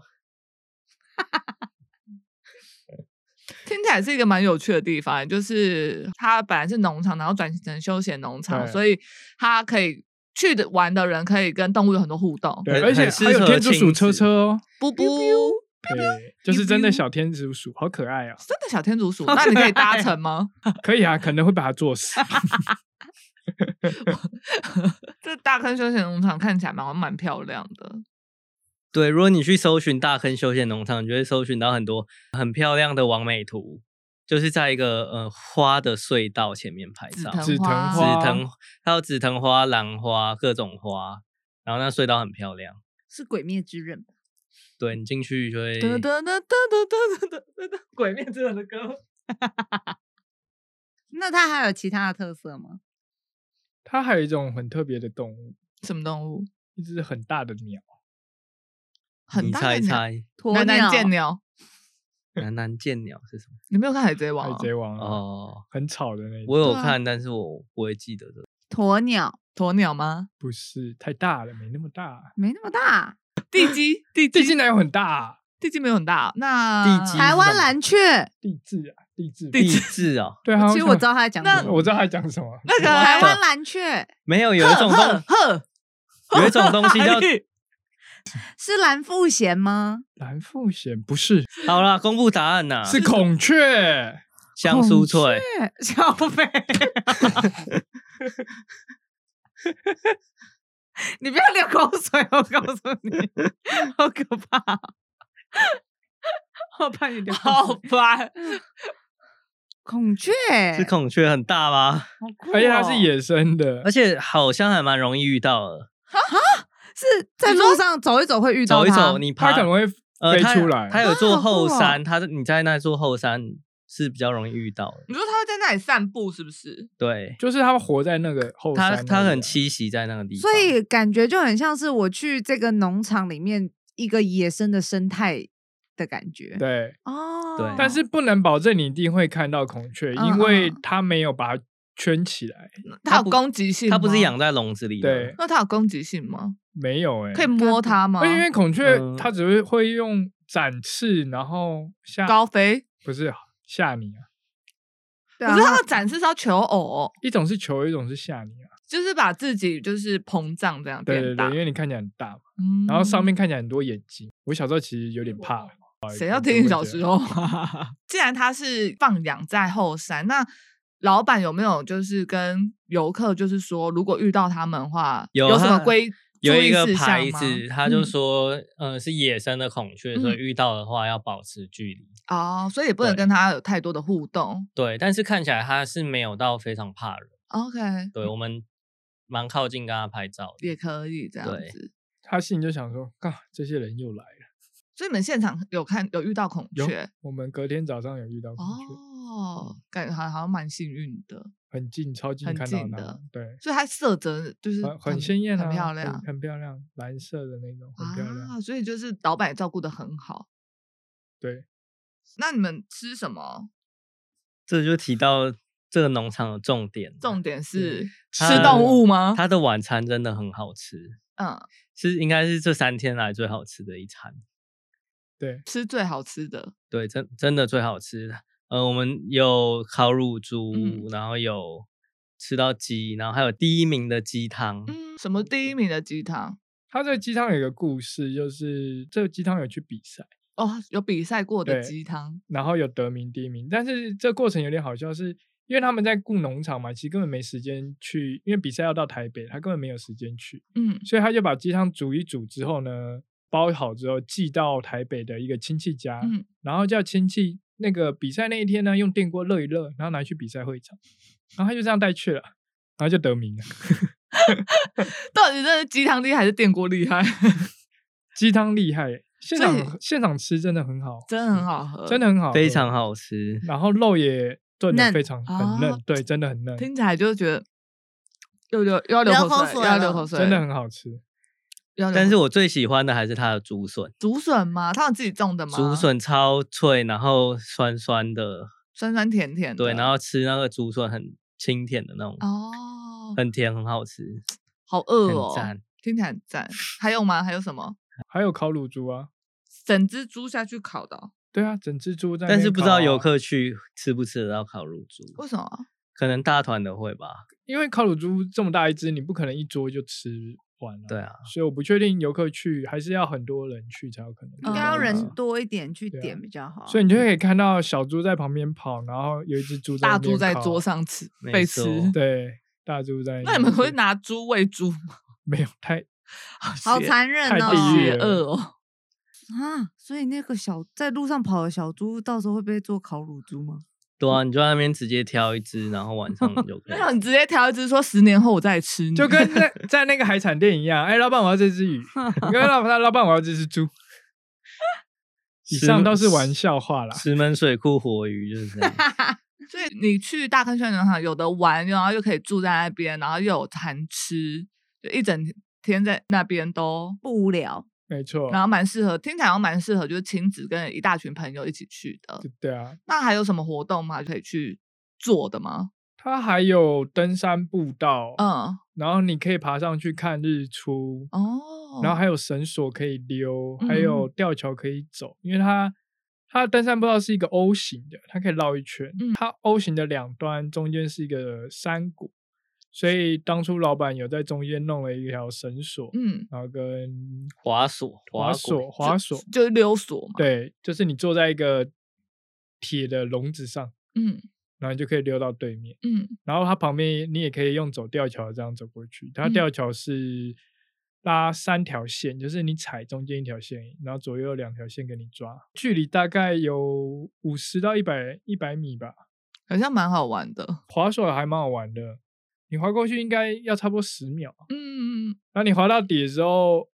听起来是一个蛮有趣的地方，欸就是它本来是农场，然后转型成休闲农场，对所以它可以去的玩的人可以跟动物有很多互动，对，很而且很适还有合天竺鼠亲车子车 哦，布布对，就是真的小天竺鼠，好可爱哦。真的小天竺鼠，那你可以搭乘吗？可以啊，可能会把它 做死。这大坑休闲农场看起来蛮蛮漂亮的，对，如果你去搜寻大坑休闲农场，你就会搜寻到很多很漂亮的完美图，就是在一个呃花的隧道前面拍紫照，藤紫藤花，紫花藤，还有紫藤花、兰花，各种花，然后那隧道很漂亮，是鬼灭之刃吧？对你进去就会，噔噔噔噔噔噔噔噔噔，鬼灭之刃的歌，那它还有其他的特色吗？它还有一种很特别的动物，什么动物？一只很大的鸟，很你大的猜一鸟，猜， 鸵南鸟、南剑鸟，南南剑鸟是 什么？你没有看海贼王海啊？贼王啊，哦，很吵的那我种。有对啊看，但是我不会记得的。鸵鸟鸵鸟吗？不是太大了，没那么大。没那么大，地基，地地基，质哪有很大？啊地基没有很大，那地基台湾蓝雀。地质啊，地质。励志 哦，对啊，其实为我什么知道他在讲什么， 我知道他讲什么。那个台湾蓝雀没有有一种呵东，呵，有一种东西叫是蓝富贤吗？蓝腹鹇不是，好啦，公布答案呐，是孔雀。香酥脆， 小飞，你不要流口水，我告诉你，好可怕哦！我怕你流口好水烦。孔雀，是孔雀很大吗？好酷而且它是哦野生的而，且好像还蛮容易遇到的，是在路上走一走会遇到走一它走你爬它可能会呃飞它出来它有啊好座酷后哦山，它你在那座后山是比较容易遇到的，你说他会在那里散步是不是？对，就是它活在那个后山那它里啊。它很栖息在那个地方，所以感觉就很像是我去这个农场里面一个野生的生态的感觉。对，哦，对但是不能保证你一定会看到孔雀，因嗯为嗯它没有把它圈起来，他有不攻击性？它不是？养在笼子里吗，对那他有攻击性吗？没有哎、嗯可以摸它吗而？且因为孔雀嗯它只会会用展翅，然后吓高飞，不是吓你啊，对可啊，是他它的展示是要求偶，一种是球，一种是吓你啊。就是把自己就是膨胀这样对变对大对，因。为你看起来很大嘛，嗯然后上面看起来很多眼睛。我小时候其实有点怕，谁要我就听你会小觉得时候？啊 既然他是放养在后山，那老板有没有就是跟游客就是说，如果遇到他们的话，有有什么他规有一个注意事项牌吗子，他就嗯说，呃，是野生的孔雀，所以嗯遇到的话要保持距离。哦，所以也不能对跟他有太多的互动。对，但是看起来他是没有到非常怕人， OK，对我们蛮靠近跟他拍照的。也可以这样对子。他心里就想说，嘎，这些人又来了。所以你们现场有看有遇到孔有雀，我们隔天早上有遇到孔雀，哦，感觉好好像蛮幸运的。很近，超近很看到近它的，对，所以它色泽就是很很鲜艳啊，很漂亮很，很漂亮，蓝色的那种，很漂亮。啊。所以就是老板也照顾的很好。对，那你们吃什么？这就提到这个农场的重点了，重点是吃它动呃物吗？它的晚餐真的很好吃，嗯，是应该是这三天来最好吃的一餐。对，吃最好吃的。对，真真的最好吃的。呃，我们有烤乳猪，嗯然后有吃到鸡，然后还有第一名的鸡汤。嗯，什么第一名的鸡汤？它这个鸡汤有一个故事，就是这个鸡汤有去比赛，哦，有比赛过的对鸡汤。然后有得名第一名，但是这过程有点好笑是，因为他们在雇农场嘛，其实根本没时间去，因为比赛要到台北，他根本没有时间去，嗯，所以他就把鸡汤煮一煮之后呢，包好之后寄到台北的一个亲戚家，嗯然后叫亲戚那个比赛那一天呢，用电锅热一热，然后拿去比赛会场，然后他就这样带去了，然后就得名了。到底这是鸡汤厉害还是电锅厉害？ 鸡汤厉害耶，现所以场现场吃真的很好，真的很好喝， 真的很好，非常。好吃，然后肉也炖的嫩非常很啊嫩，对，真的很嫩，听起来就觉得又流又要流流口口水，水又要流了口水，真的很好吃。又要流口水。但是我最喜欢的还是它的竹笋，竹笋嘛，他们自己种的嘛，竹笋超脆，然后酸酸的，酸酸甜甜的，对，然后吃那个竹笋很清甜的那种，哦，很甜，很好吃，好饿很哦，赞。听起来很赞。还有吗？还有什么？还有烤乳猪啊，整只猪下去烤的哦、对啊，整只猪在那边烤啊、但是不知道游客去吃不吃得到烤乳猪，为什么啊？可能大团的会吧。因为烤乳猪这么大一只，你不可能一桌就吃完了。对啊，所以我不确定游客去还是要很多人去才有可能。应该嗯要人嗯多一点去对啊点比较好。所以你就可以看到小猪在旁边跑，然后有一只猪在大那边猪在烤桌，上吃没被吃，错对，大猪在边吃。那你们会拿猪喂猪吗？ 没有太好邪残忍太哦，地狱邪了恶哦！啊！所以那个小在路上跑的小猪，到时候会被做烤乳猪吗？对啊，你就在那边直接挑一只，然后晚上你就可 以那你直接挑一只说十年后我再吃你，就跟 在在那个海产店一样，哎，老板我要这只鱼，你跟老板老板我要这只猪。以石上门都是玩笑话啦。石门水库活鱼就是 这样。所以你去大坑宣农场有的玩，然后又可以住在那边，然后又有餐吃，就一整天在那边都，不无聊，没错，然后蛮适合，听起来好像蛮适合，就是亲子跟一大群朋友一起去的。对对啊，那还有什么活动吗？可以去做的吗？它还有登山步道，嗯，然后你可以爬上去看日出，哦，然后还有绳索可以溜，还有嗯吊桥可以走，因为它它的登山步道是一个 O 型的，它可以绕一圈，嗯它 O 型的两端中间是一个山谷，所以当初老板有在中间弄了一条绳索，嗯，然后跟滑索、滑索索、，滑索，就是溜索嘛，，对，就是你坐在一个铁的笼子上，嗯然后你就可以溜到对面。嗯然后它旁边你也可以用走吊桥这样走过去。它嗯吊桥是拉三条线，就是你踩中间一条线，然后左右两条线给你抓，距离大概有五十到一百一百米吧。好像蛮好玩的，滑索还蛮好玩的，你滑过去应该要差不多十秒。嗯，然后你滑到底的时候，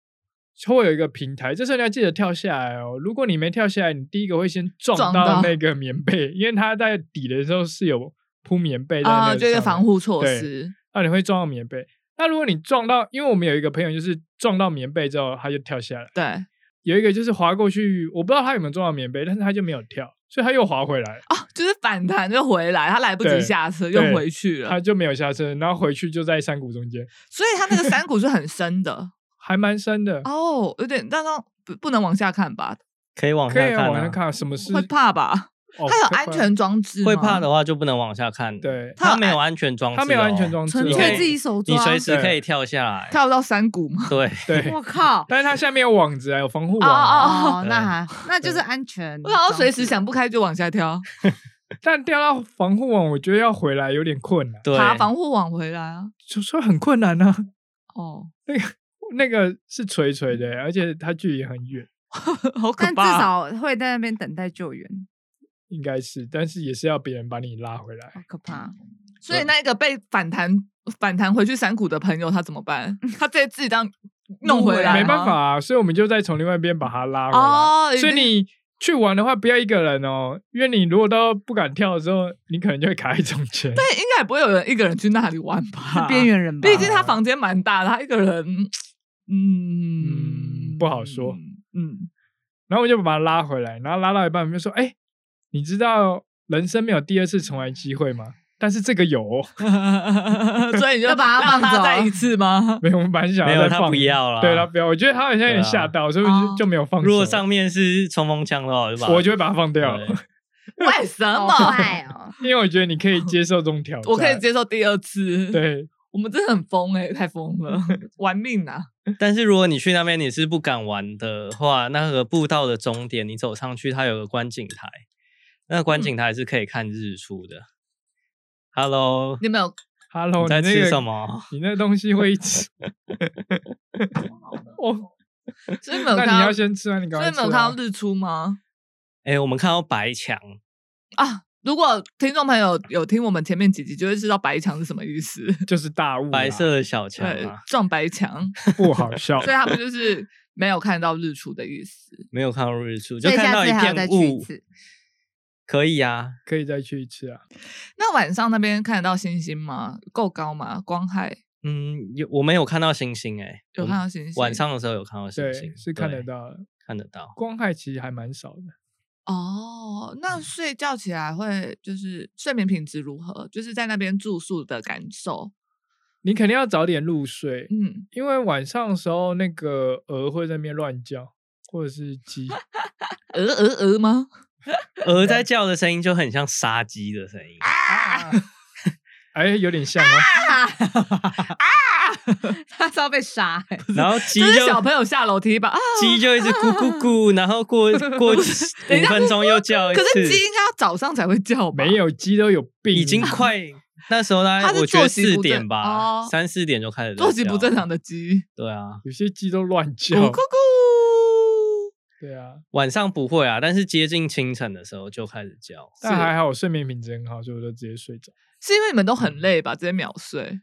就会有一个平台，这时候你要记得跳下来哦。如果你没跳下来，你第一个会先撞撞到到那个棉被，因为它在底的时候是有铺棉被在啊，那就一个上防面，护措对施，那你会撞到棉被。那如果你撞到，因为我们有一个朋友就是撞到棉被之后，他就跳下来。对，有一个就是滑过去，我不知道他有没有撞到棉被，但是他就没有跳，所以他又滑回来，哦，就是反弹就回来，他来不及对下车又对回去啊他了，就没有下车，然后回去就在山谷中间，所以他那个山谷是很深 的还蛮深的。哦，有点那种不不能往下看吧，可以往可下以看、啊，往上看，什么事会怕吧？它哦有可以安怕全装置吗，会怕的话就不能往下看。对哎它它有没有安安全装置、啊他没有安全，装置哦，纯你可粹以自己手抓。你随时可对以跳下来。跳到山谷吗？ 对，对哦我，靠！但是它下面有网子啊，有防护哦网啊。哦哦哦，，那还那就是安全。我好像随时想不开就往下跳，但掉到防护网，我觉得要回来有点困难，对，爬防护网回来啊，就说很困难啊。哦，那个是垂垂的，而且它距离很远，好可但至怕！啊少会在那边等待救援，应该是，但是也是要别人把你拉回来。好可怕！哦所以那个被反弹反弹回去山谷的朋友，他怎么办？他再自己当弄回来吗，没办法、啊，所以我们就再从另外一边把它拉回来。哦所以你去玩的话，不要一个人哦，因为你如果都不敢跳的时候，你可能就会卡在中间。对，应该也不会有人一个人去那里玩吧？边缘人吧，啊毕竟他房间蛮大的，他一个人，嗯，嗯不好说嗯， 然后我就把它拉回来，然后拉到一半，我们就说：“哎、你知道人生没有第二次重来机会吗？但是这个有、哦，嗯所以你就要把他让放走啊再一次吗？ 没有，我们本来想没有要再他放，不要啦对他不要。我觉得他好像有点吓到，所以我就哦就没有放手。如果上面是冲锋枪的话，我就把它我就会把它放掉，对为什好 么？坏 哦，因为我觉得你可以接受这种挑战，我可以接受第二次。，对，我们真的很疯哎、太疯 了，玩命啊！但是如果你去那边你是不敢玩的话，那个步道的终点，你走上去，它有个观景台，那个观景台是可以看日出的。Hello，你有没有 Hello，你在哦你那吃个什么？你那东西会一 直，哦，所以没有那看你到要，先吃啊，你刚所才以没有看到日出吗？哎、我们看到白墙，啊！如果听众朋友有听我们前面几集，就会知道白墙是什么意思。就是大雾啦，白色的小墙对啊，，撞白墙，不好笑所以，他们就是没有看到日出的意思。没有看到日出，就所以看下到次还要片再去一雾。次。可以啊，可以再去一次啊。那晚上那边看得到星星吗？够高吗？光害嗯，有我们有看到星星哎、有我看们到星星？晚上的时候有看到星星对，，是看得对，到的，看得到。光害其实还蛮少的。哦，嗯那睡觉起来会就是睡眠品质如何？就是在那边住宿的感受。你肯定要早点入睡，嗯，因为晚上的时候那个鹅会在那边乱叫，或者是鸡，鹅鹅鹅呃吗？鹅在叫的声音就很像杀鸡的声音，哎，有点像哦。啊！他是要被杀、欸，然后鸡就就是小朋友下楼梯吧啊！ 鸡就一直咕咕咕，然后 过过等一五下分钟又叫一可次，是鸡应该要早上才会叫吧？没，有鸡都有病，已经快那时候大它概是我觉作得息不四正点吧哦，三四点就开始在作息不叫正常。的鸡，对啊，有些鸡都乱咕叫咕。咕。对啊，晚上不会啊，但是接近清晨的时候就开始叫。哎但还好我睡眠品质很好，所以我都直接睡着。是因为你们都很累吧？直接秒睡。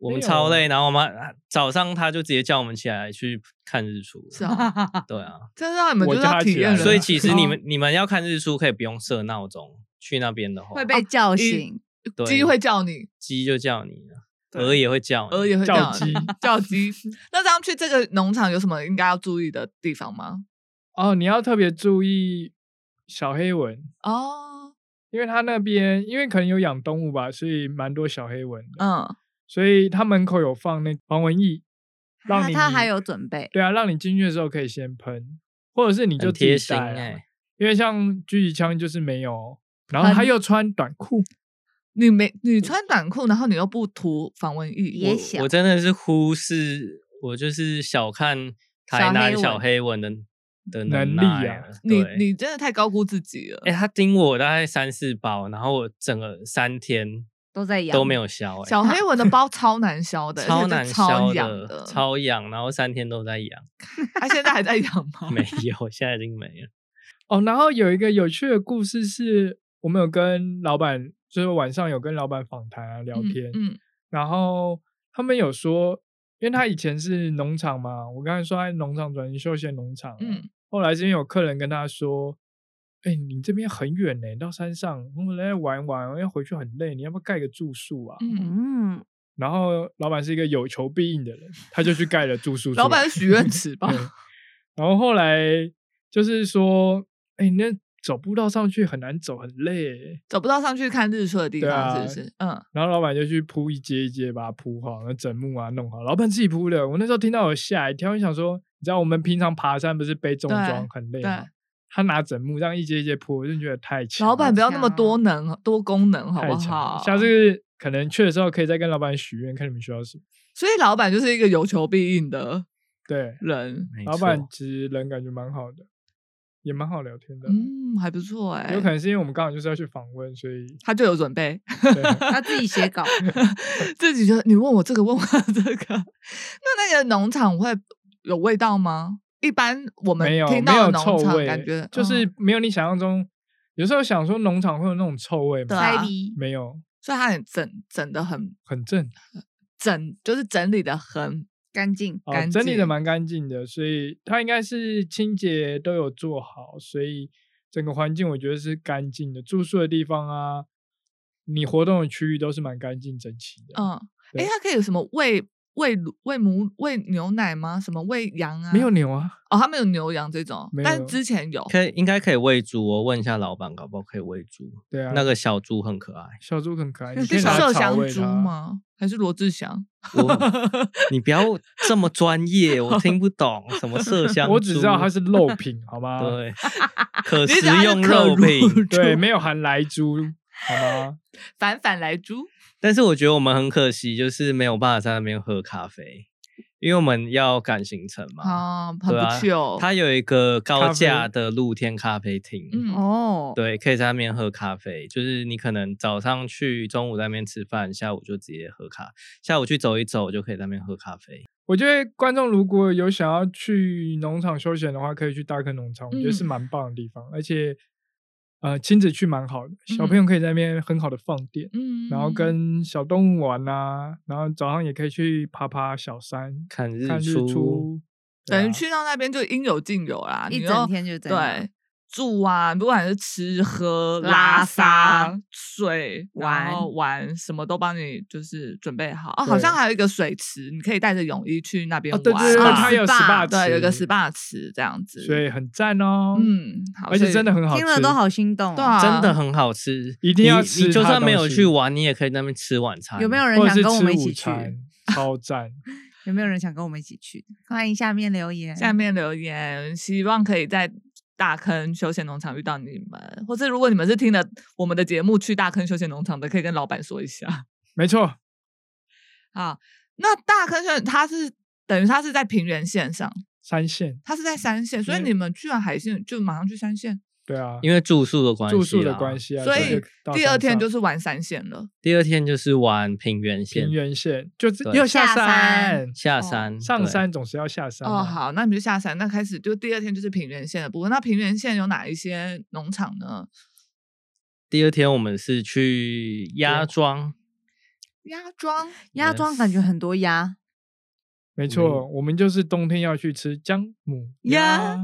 我们没有超累，然后我们早上他就直接叫我们起来去看日出。是啊，对啊，这让你们我就是要叫他体起验来人了生。所以其实你们、哦你们要看日出可以不用设闹钟，去那边的话会被叫醒。对鸡会叫你，鸡就叫你了，对鹅也会叫你，鹅也会叫叫你鸡叫鸡。 那这样去这个农场有什么应该要注意的地方吗？哦，你要特别注意小黑蚊，哦，因为它那边因为可能有养动物吧，所以蛮多小黑蚊的。嗯，所以它门口有放那防蚊液，让他你啊他还有准备，对啊，让你进去的时候可以先喷，或者是你就很自己贴心带啊哎、因为像狙击枪就是没有，然后很他又穿短裤，你没你穿短裤，然后你又不涂防蚊液，也我小我真的是忽视，我就是小看台南小小黑黑文的的能力耐啊了你对你真的太高估自己了。哎、他叮我大概三四包，然后我整个三天都在养，都没有消、欸，小黑蚊的包超难消的，而且超是难超消痒的，超痒，然后三天都在痒，他现在还在养吗？ 没有，现在已经没了。哦，然后有一个有趣的故事是，我们有跟老板，就是晚上有跟老板访谈啊聊嗯天，嗯，然后他们有说，因为他以前是农场嘛，我刚才说他在农场转型休闲农场，啊嗯，后来是因为有客人跟他说。哎、你这边很远呢、到山上，我们来玩玩，要回去很累，你要不要盖个住宿啊？嗯，嗯，然后老板是一个有求必应的人，他就去盖了住宿出来。老板是许 愿池吧对？然后后来就是说，哎、你那走步道上去很难走，很累欸。走不到上去看日出的地对方，是啊不是？嗯，然后老板就去铺一阶一阶把它铺好，然后整木啊弄好。老板自己铺的。我那时候听到我吓一跳，我想说，你知道我们平常爬山不是背重对装很累对吗？他拿整木这样一阶一阶铺，我就觉得太强了。老板不要那么强多能多功能，好太不强了好？下次可能去的时候可以再跟老板许愿，看你们需要什么。 所以老板就是一个有求必应的对，人。没老板错其实人感觉蛮好的。也蛮好聊天的啊。嗯，还不错哎、有可能是因为我们刚好就是要去访问，所以他就有准 备，对他自己写稿，自己觉得你问我这个，问我这个， 那那个农场会有味道吗？一般我们没有听没到有的臭农场味，感觉就是嗯没有你想象中。有时候想说农场会有那种臭味对吗？啊塞逼，没有，所以它很整整的很很正，整，就是整理的很干净。哦干整理的净蛮干净的，所以它应该是清洁都有做好，所以整个环境我觉得是干净的，住宿的地方啊，你活动的区域都是蛮干净整齐的。嗯，诶，对它可以有什么喂喂乳喂母喂牛奶吗？什么喂羊啊？没有牛啊，哦，他们有牛羊这种没，但是有之前有可以应该可以喂猪，我问一下老板，搞不好可以喂猪。对啊，那个小猪很 可爱，小猪很可爱，你可是以拿设草祥喂猪它？吗？还是罗志祥？我你不要这么专业，我听不懂什么麝香我只知道猪它是肉品， 好吗？对 可你食讲它是用可肉乳品，对，猪没有含来猪，好 吗？反反来猪，但是我觉得我们很可惜，就是没有办法在那边喝咖啡，因为我们要赶行程哦嘛。啊，很对不啊秀。它有一个咖高啡架的露天咖啡厅，嗯哦，对，可以在那边喝咖啡，就是你可能早上去，中午在那边吃饭，下午就直接喝咖，下午去走一走就可以在那边喝咖啡。我觉得观众如果有想要去农场休闲的话，可以去大坑农场，我觉得是嗯蛮棒的地方，而且呃亲子去蛮好的，小朋友可以在那边很好的放电，嗯，然后跟小动物玩啊，然后早上也可以去爬爬小山，看日看日出出，对等啊于去到那边就应有尽有啦，一你整又天就在那哦对住啊，不管是吃喝拉拉撒撒、睡、玩然后玩，什么都帮你就是准备好。哦，好像对还有一个水池，你可以带着泳衣去那边哦玩。对对对，玩它有 SPA SPA 对有一个池 SPA 池这样子。所以很赞哦，，嗯，好而且真的。所以很好吃，听了都好心动哦。对啊真的很好吃，一定要你吃你就它的算没东有西去玩，你也可以在那边吃晚餐。有没有人或者想是跟我们吃一午起去？餐，超赞。有没有人想跟我们一起去？欢迎下面留言。嗯下面留言，希望可以在大坑休闲农场遇到你们，或是如果你们是听了我们的节目去大坑休闲农场的，可以跟老板说一下。没错，啊，那大坑线它是等于它是在平原线上，三线，它是在山线，所以嗯你们去完海线就马上去山线，对啊，因为住宿的关系啦，住宿的关系啊，所直接以到第二山天上就是玩山线了。第二天就是玩平原线平，原线，就是对要下下山山，下哦山、上嗯对山总是要下山哦，嘛，好，那你们就下山，那开始就第二天就是平原线的部分。那平原线有哪一些农场呢？第二天我们是去鸭庄，鸭庄， 鸭庄感觉很多鸭， 没错，我们就是冬天要去吃姜母呀鸭，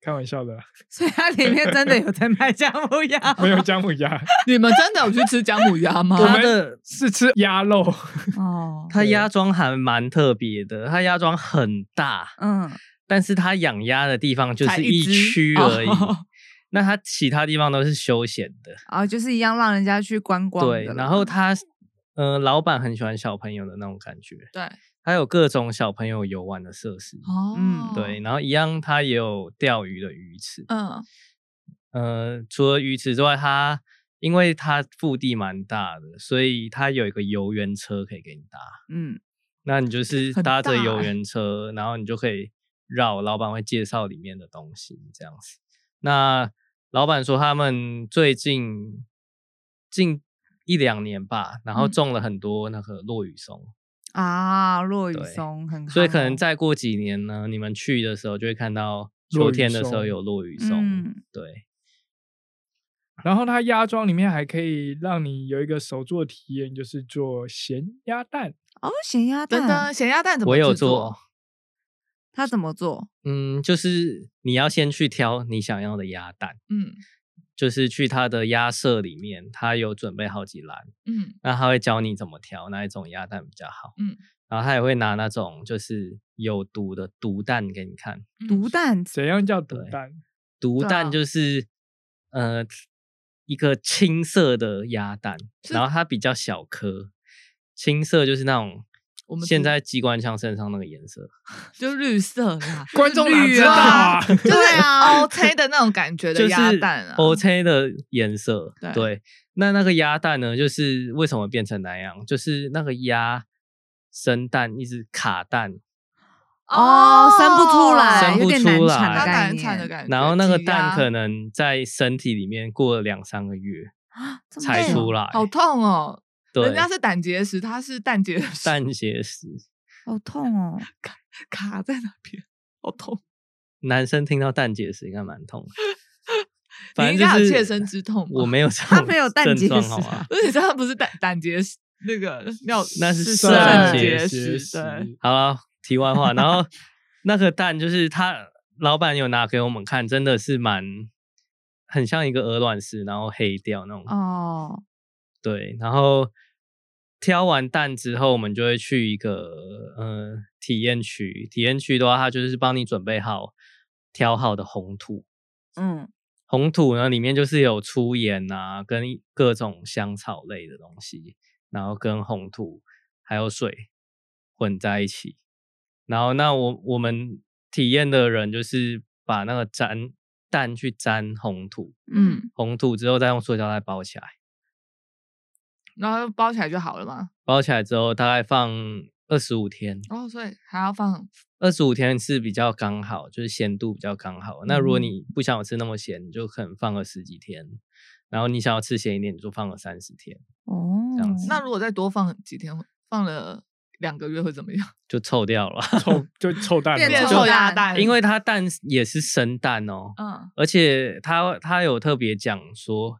开玩笑的啦，所以它里面真的有在卖姜母 鸭没有姜母鸭，你们真的有去吃姜母鸭吗？我它们的是吃鸭肉，哦。它对鸭庄还蛮特别的，它鸭庄很大，嗯，但是它养鸭的地方就才是一一只区而已，哦那它其他地方都是休闲的，哦，就是一样让人家去观光的对，啦。嗯然后它。呃，老板很喜欢小朋友的那种感觉，对，还有各种小朋友游玩的设施，哦，嗯对，，然后一样，它也有钓鱼的鱼池，嗯，呃，除了鱼池之外，它因为它腹地蛮大的，所以它有一个游园车可以给你搭。嗯，那你 就是很搭着大游欸园车，然后你就可以绕，老板会介绍里面的东西这样子。那老板说他们最近近一两年吧，然后嗯种了很多那个落羽松，啊，落雨对松很好，所以可哦能再过几年呢，你们去的时候就会看到秋落羽天的时候松有落羽松。嗯，对，然后它鸭庄里面还可以让你有一个手做体验，就是做咸鸭蛋，哦，咸鸭等蛋等，啊咸鸭蛋怎么我有制作做。它怎么做？嗯，就是你要先去挑你想要的鸭蛋，嗯就是去它的鸭舍里面，它有准备好几篮，嗯那它会教你怎么挑哪一种鸭蛋比较好。嗯，然后它也会拿那种就是有毒的毒蛋给你看，嗯毒蛋怎样叫毒对蛋？毒对啊蛋就是、呃一个青色的鸭蛋，是然后它比较小颗，青色就是那种我们现知在机关枪身上那个颜色，就绿色啦，观众哪绿知道啊啊？ 就是对啊 OK 的那种感觉的就是鸭蛋啊， OK 的颜色。对那那个鸭蛋呢？就是为什么变成那样？就是那个鸭生蛋一直卡蛋，哦，生不出来，生有不点出难产来的它概难产的念，感觉。然后那个挤蛋压可能在身体里面过了两三个月啊 这么才累出来，好痛哦，对，人家是胆结石，他是蛋结石，蛋结石。好痛哦。卡在那边，好痛。。男生听到蛋解石应该蛮痛的 反你应正该就有是切身之痛吧我没有这他种没有蛋症结状石好吗 啊？而且他不是胆胆结石，那个尿那是肾肾结结石，石啊对，好了，题外话，然后那个蛋就是他老板有拿给我们看，真的是蛮很像一个鹅卵石，然后黑掉那种。哦，对，然后挑完蛋之后，我们就会去一个呃体验区，体验区的话，它就是帮你准备好挑好的红土，嗯，红土呢，里面就是有粗盐啊，跟各种香草类的东西，然后跟红土还有水混在一起。然后，那我我们体验的人就是把那个粘蛋去粘红土，嗯，红土之后再用塑胶袋包起来，然后包起来就好了嘛。包起来之后大概放二十五天，然后所以还要放二十五天是比较刚好，就是咸度比较刚好。那如果嗯你不想吃那么咸，你就可能放个十几天；然后你想要吃咸一点，你就放个三十天。哦，这样嗯子那如果再多放几天，放了两个月会怎么 样？就臭掉了，臭就臭蛋变了臭吧，鸭蛋蛋， 因为它蛋也是生蛋哦，嗯而且它它有特别讲说，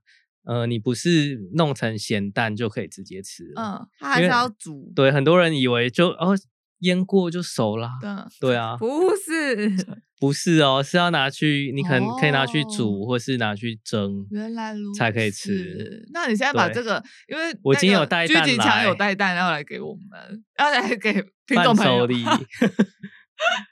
呃，你不是弄成咸蛋就可以直接吃了，嗯他还是因为要煮，对，很多人以为就哦腌过就熟啦，嗯对啊，不是， 不是哦，是要拿去你可能可以拿去煮，哦或是拿去蒸，原来如此才可以吃。那你现在把对这个，因为我那今天有个带狙蛋击枪有来带蛋要来给我们，要来 给听伴众朋手友。礼。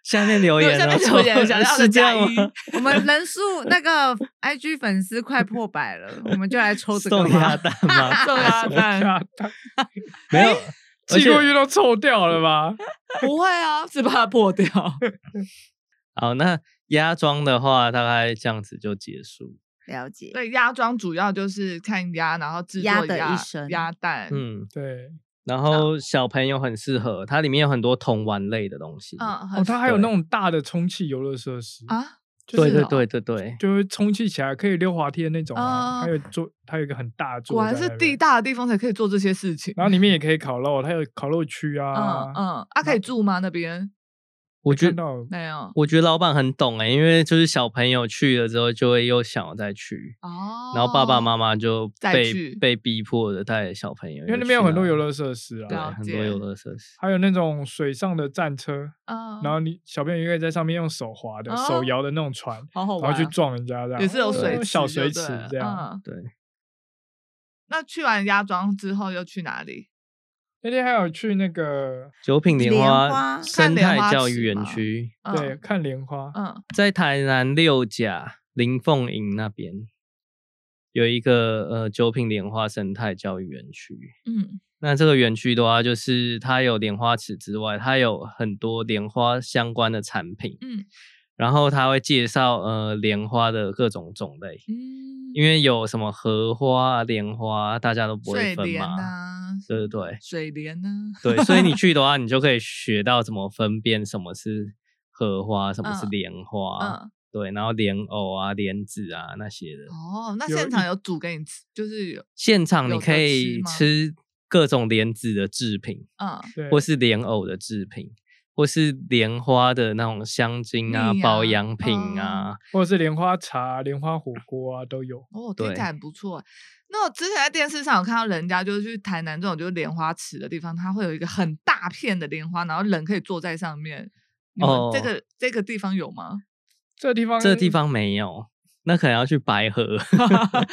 下面留言下哦，面留言想要 是的这加样一， 吗？我们人数那个 IG 粉丝快破百了，我们就来抽这个送鸭吧。蛋吗？ 送鸭 蛋啊它没哎有，而寄且过去都臭掉了吧？不会啊，是把它破 掉。好，那鸭庄的话大概这样子就结束。了解，对，鸭庄主要就是看鸭，然后制作鸭鸭的一生鸭蛋，嗯，对，然后小朋友很适合，它里面有很多童玩类的东西。嗯，很哦，它还有对那种大的充气游乐设施，啊，就对是对哦对对对，就是充气起来可以溜滑梯的那种啊，啊还有做，它有一个很大的果座，然是地，大的地方才可以做这些事情。然后里面也可以烤肉，它有烤肉区嗯啊，嗯，啊，可以住吗？那边我觉看得到没有我觉得老板很懂哎、因为就是小朋友去了之后就会又想要再去，哦。然后爸爸妈妈就再被去被逼迫的带小朋友，啊因为那边有很多游乐设施对，了啊，很解多游乐设施。还有那种水上的战车，嗯，然后你小朋友也可以在上面用手滑的、哦手摇的那种船，好好然玩后去啊，撞人家这样，也是有水哦池小就水对池了这样。嗯对，那去完鸭庄之后又去哪里？那天还有去那个九品莲莲花花生看莲态花教池育园吗区嗯对，看莲花，嗯，在台南六甲林凤营那边有一个呃九品莲花生态教育园区。嗯，那这个园区的话，就是它有莲花池之外，它有很多莲花相关的产品。嗯，然后它会介绍呃莲花的各种种类，嗯，因为有什么荷花啊、莲花啊，大家都不会水分莲啊嘛。呐，对对对水啊莲呐，对，所以你去的话，你就可以学到怎么分辨什么是荷花，什么是嗯莲花。嗯，对，然后莲藕啊、莲子啊那些的，哦，那有现场有煮给你吃，就是有，现场有你得可吃以吗吃各种莲子的制品，嗯，对，或是莲藕的制品，或是莲花的那种香精啊、蜜保啊养品嗯啊，或者是莲花茶、莲花火锅啊都有。哦，听对起来很不错。那我之前在电视上有看到人家就是去台南这种就是莲花池的地方，它会有一个很大片的莲花，然后人可以坐在上面。你们这哦个、这个地方有吗？这地方这地，方没有，那可能要去 白河。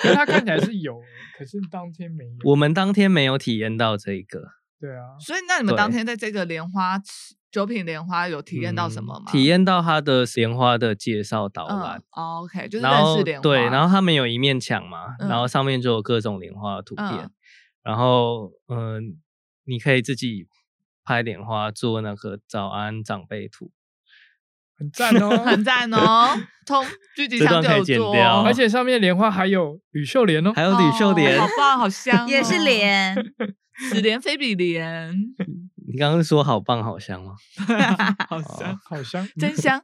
因为它看起来是有，可是当天没有。我们当天没有体验到这个，对啊，所以那你们当对天在这个莲花池九品莲花有体验到什嗯么吗？体验到它的莲花的介绍导嗯览。哦，OK，就是然认后识莲花。对，然后他们有一面墙嘛，嗯然后上面就有各种莲花的图片，嗯然后嗯、呃你可以自己拍莲花做那个早安长辈图，很赞哦， 很赞哦， 通狙击这枪段可以就剪有做、掉哦，而且上面莲花还有吕秀莲哦，还有吕秀莲哦、好棒，好香、也是，莲，此莲非彼莲。你刚刚说好棒好香吗？好香哦，好香，嗯真香。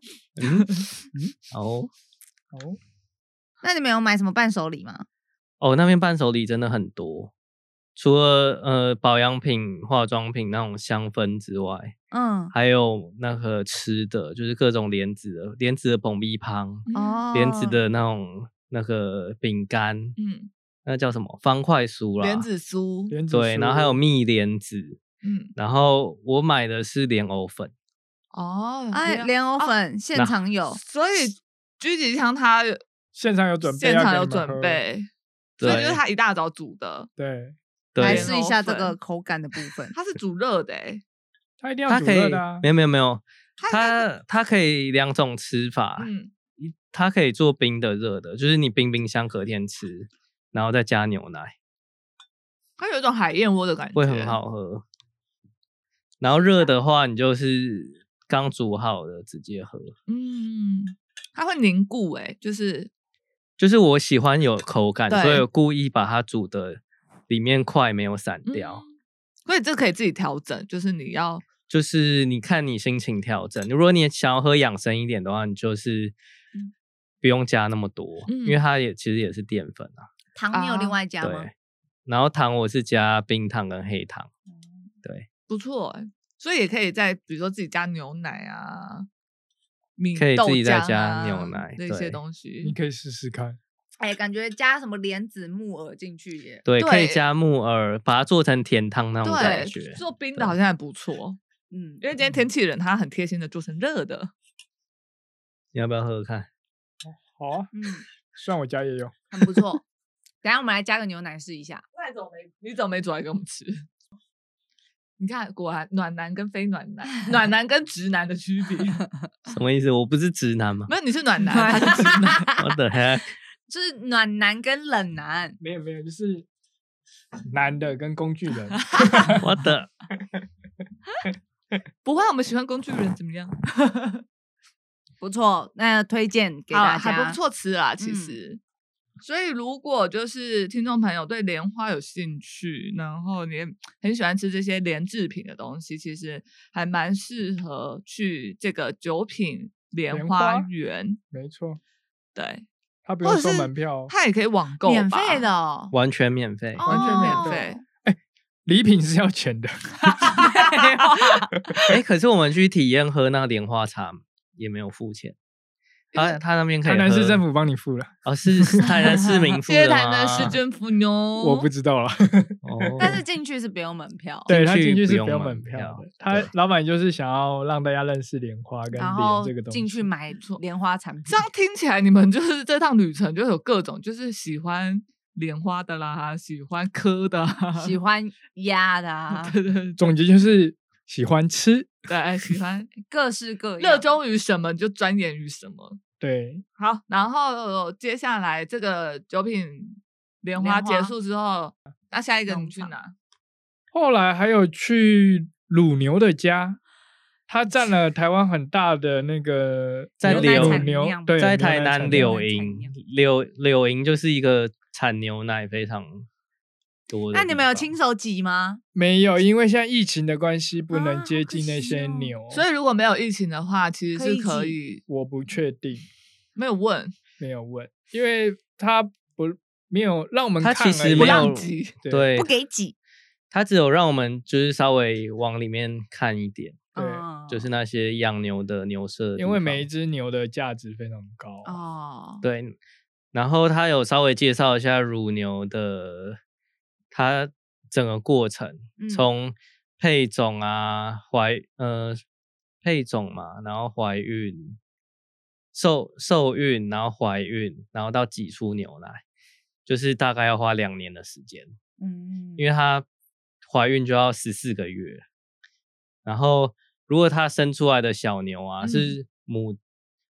哦哦，那你们有买什么伴手礼吗？哦，那边伴手礼真的很多，除了呃保养品、化妆品那种香氛之外，嗯，还有那个吃的，就是各种莲子的莲子的捧米汤、哦，哦，莲子的那种那个饼干，嗯，那叫什么方块酥啦，莲子酥，哦莲子对，然后还酥有蜜莲子，嗯，然后我买的是莲藕粉，哦，哎，莲藕粉现那场有，所以居吉香他现场有准备，现要场给有你们准喝，备，所以就是对他一大早煮的，对，来对，试一下这莲个藕粉口感的部分。他是煮热的欸，他一定要它煮可热以的啊没，有没有没有，它应它它可以两种吃法，嗯，一它可以做冰的、热的，就是你冰冰箱隔天吃，然后再加牛奶，它有一种海燕窝的感觉，会很。好喝。然后热的话，你就是刚煮好的直接喝。嗯，它会凝固哎、就是就是我喜欢有口感，对所以我故意把它煮的里面块没有散掉。嗯所以这可以自己调整，就是你要就是你看你心情调整，如果你想要喝养生一点的话，你就是不用加那么多，因为嗯它也其实也是淀粉啊。 糖你有另啊外加吗对？，然后糖我是加冰糖跟黑糖。对，不错哎、所以也可以在比如说自己加牛奶啊，米可以豆自己再浆加牛啊奶这些对东你西，可以试试看。哎，感觉加什么莲子、木耳进去耶。对，可以对加木耳，把它做成甜汤那种感觉对，。做冰的对好像还不错，嗯因为今天天气冷，它很贴心的做成热的，你要不要喝喝看？好啊，嗯，虽然我家也有，很不错。等一下我们来加个牛奶试一下。那你怎么没你怎么没煮来给我们吃？ 你看，果然暖男跟非暖男，暖男跟直男的区别，什么意思？我不是直男吗没有你是暖男，他是直男， ？What the heck？就是暖男跟冷男，没有没有，就是男的跟工具人，我的， 不会，我们喜欢工具人怎么样？不错，那推荐给好大家，还不。错吃啦，其嗯实。所以，如果就是听众朋友对莲花有兴趣，然后你也很喜欢吃这些莲制品的东西，其实还蛮适合去这个九品莲莲花花园，没错，对，他不或用者收是门票哦，它也可以网购，免费的，哦，完全免费。完全免哦费。礼品是要钱的，哎、可是我们去体验喝那个莲花茶也没有付钱，他他那边可以喝。台南市政府帮你付了，哦，是是台南市民付谢谢的吗？台啊南市政府妞，我不知道了。哦。但是进去是不用门票，对他进去进去不是用不用门门票票的，他对老板就是想要让大家认识莲花跟然莲后这个东西。进去买莲花产品这， 样听起来，你们就是这趟旅程就有各种，就是喜欢莲花的啦，喜欢科的啊，，喜欢鸭的啊对对 对总结就是喜欢吃，对，喜欢各式各样，热衷于什么就钻研于什么。对，好，然后接下来这个九品莲花莲花结束之后，那下一个你农去场哪？后来还有去乳牛的家，它占了台湾很大的那个在牛柳乳牛产量，对，在牛台奶南产柳量营牛奶产，柳柳营就是一个产牛奶非常多的地那方。你们有亲手挤吗？没有，因为现在疫情的关系，不啊能好接可近那惜些哦牛，所以如果没有疫情的话，其实可以是可挤以我不确定，没有问，没有问，因为它不没有让我们它看其而实已不没让有挤对不，给挤，它只有让我们就是稍微往里面看一点，对嗯就是那些养牛的牛舍的地因为每一方只牛的价值非常高，哦，对，然后他有稍微介绍一下乳牛的它整个过程，嗯从配种啊怀呃配种嘛，然后怀孕。受受孕，然后怀孕，然后到挤出牛奶，就是大概要花两年的时间。嗯，因为她怀孕就要十四个月，然后如果她生出来的小牛啊、嗯是母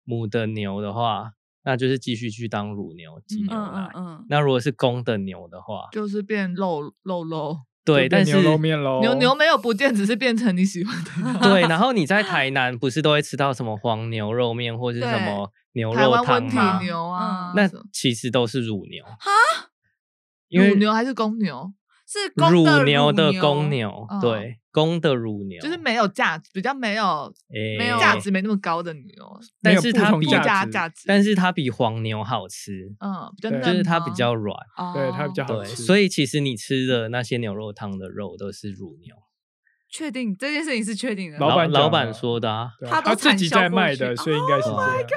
母的牛的话，那就是继续去当乳牛挤嗯牛嗯奶。嗯嗯，那如果是公的牛的话，就是变肉肉肉对，就变但是牛肉面哦喽，牛牛没有不见，只是变成你喜欢 的。对，然后你在台南不是都会吃到什么黄牛肉面或是什对么牛台肉湾汤温体吗？牛啊，嗯那什么其实都是乳牛啊，因为乳牛还是公牛？是公的乳牛的公牛，牛嗯，对，公的乳牛就是没有价值，比较没有没没有价值，没那么高的牛，没但有是不它同比附价加值价值，但是它比黄牛好吃，嗯，比较嫩对吗，就是它比较软，哦，对它比较好对，吃所以其实你吃的那些牛肉汤的肉都是乳牛，确定这件事情是确定的。老板老讲板的说的啊，对他啊都他自产己销在过卖去的，所以应该是这 Oh 样 my。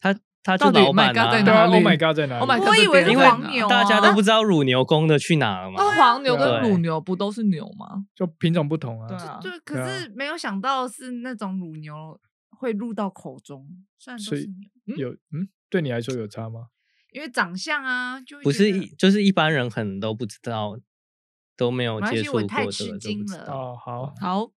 他他到是底老 my 板 god 在啊，对哪啊，Oh 里 my god，在哪里 Oh my god，我以为这是边因为黄牛啊，大家都不知道乳牛公的去哪了嘛。哦那黄牛对跟乳牛不都是牛吗？就品种不同对啊。啊，就对可啊是没有想到是那种乳牛会入到口中，虽然都所以是牛，有嗯，对你来说有差吗？因为长相啊，就会不觉得是一就是一般人可能都不知道，都没有没关接系触我过太这个，吃都不惊知了道。哦，好，好，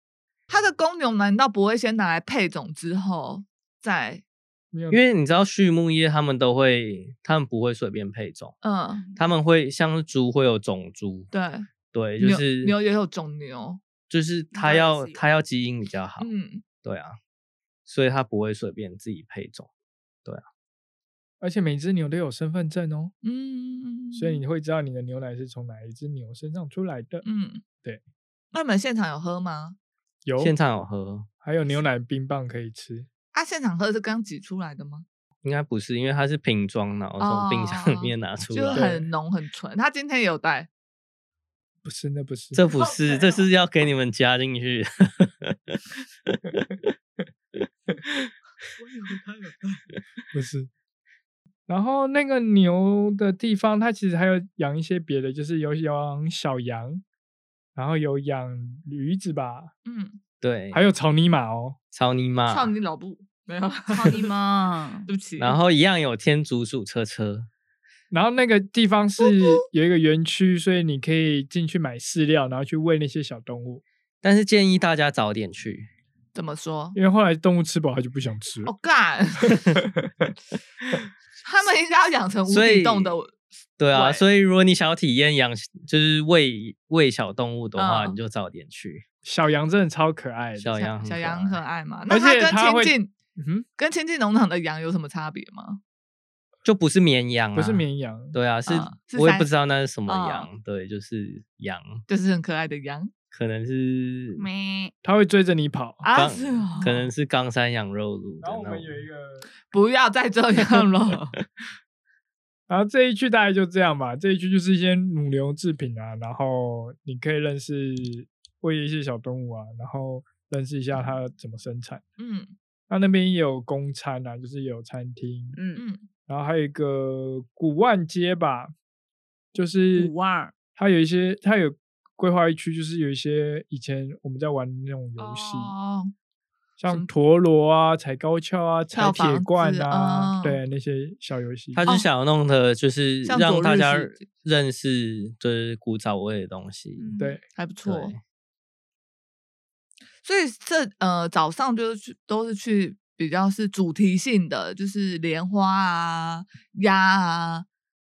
它的公牛难道不会先拿来配种之后再没有因为你知道畜牧业他们都会，他们不会随便配种，嗯？他们会像是猪会有种猪，对，对，就牛是牛也有种牛，就是牛它也要是有它要基因比较好，嗯，对啊，所以它不会随便自己配种。而且每只牛都有身份证哦，嗯，所以你会知道你的牛奶是从哪一只牛身上出来的。嗯，对。那你们现场有喝吗？有，现场有喝，还有牛奶冰棒可以吃。啊，现场喝是刚挤出来的吗？应该不是，因为它是瓶装，然后从冰哦箱里面拿出就是来。很浓很纯。他今天也有带，不是，那不是，这不是，这是要给你们加 进去。不是。然后那个牛的地方，它其实还有养一些别的，就是有养小羊，然后有养驴子吧，嗯，对，还有草泥马哦。草泥马，操你老布，没有，操你妈！对不起。然后一样有天竺鼠车车，然后那个地方哦是有一个园区，所以你可以进去买饲料，然后去喂那些小动物。但是建议大家早点去。怎么说？因为后来动物吃饱，它就不想吃了。我 干，他们应该要养成无所底以洞的。对啊，对所以如果你想要体验养，就是喂喂小动物的话，嗯你就早点去。小小羊真的超可爱的，小羊很小可羊可爱爱嘛？那而且它它跟会亲近嗯哼，跟亲近农场的羊有什么差别吗？就不是绵羊、啊，不是。绵羊，对啊，是、嗯是我也山不知道那是什么嗯羊，对，就是羊，就是很可爱的羊可能是 没，它会追着 你跑。啊，冈是哦可能是冈山羊肉卤的哦然后我那们有一种。个，不要再这样了。然后这一区大概就这样吧。这一区就是一些乳牛制品啊，然后你可以认识喂一些小动物啊，然后认识一下它怎么生产。 嗯那那边也有公餐啊，就是有餐厅，嗯，嗯，然后还有一个古万街吧，就是五二它有一些，它有规划一区，就是有一些以前我们在玩的那种游戏，哦什像么陀螺啊、踩高跷啊、踩跳铁房罐子啊，嗯对那些小游戏。他就哦想弄的，就是像让昨大日家是认识就是古早味的东西。嗯对，还不错。对，所以这呃早上就是去都是去比较是主题性的，就是莲花啊、鸭啊，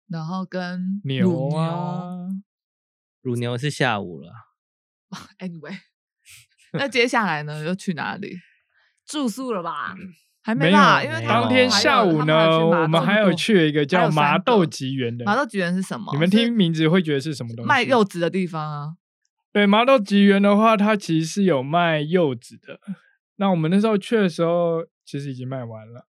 然后跟牛乳牛啊，乳牛是下午了， Anyway，那接下来呢又去哪里？住宿了吧？还没啦，有因为没他当们有天还下有午他们还去呢，麻我们豆还有豆去一个还叫有麻三豆个吉园的，麻豆菊园是什么？你们是听名字会觉得是什么东西？卖柚子的地方啊。对，麻豆吉园的话，它其实是有卖柚子的。那我们那时候去的时候，其实已经卖完了，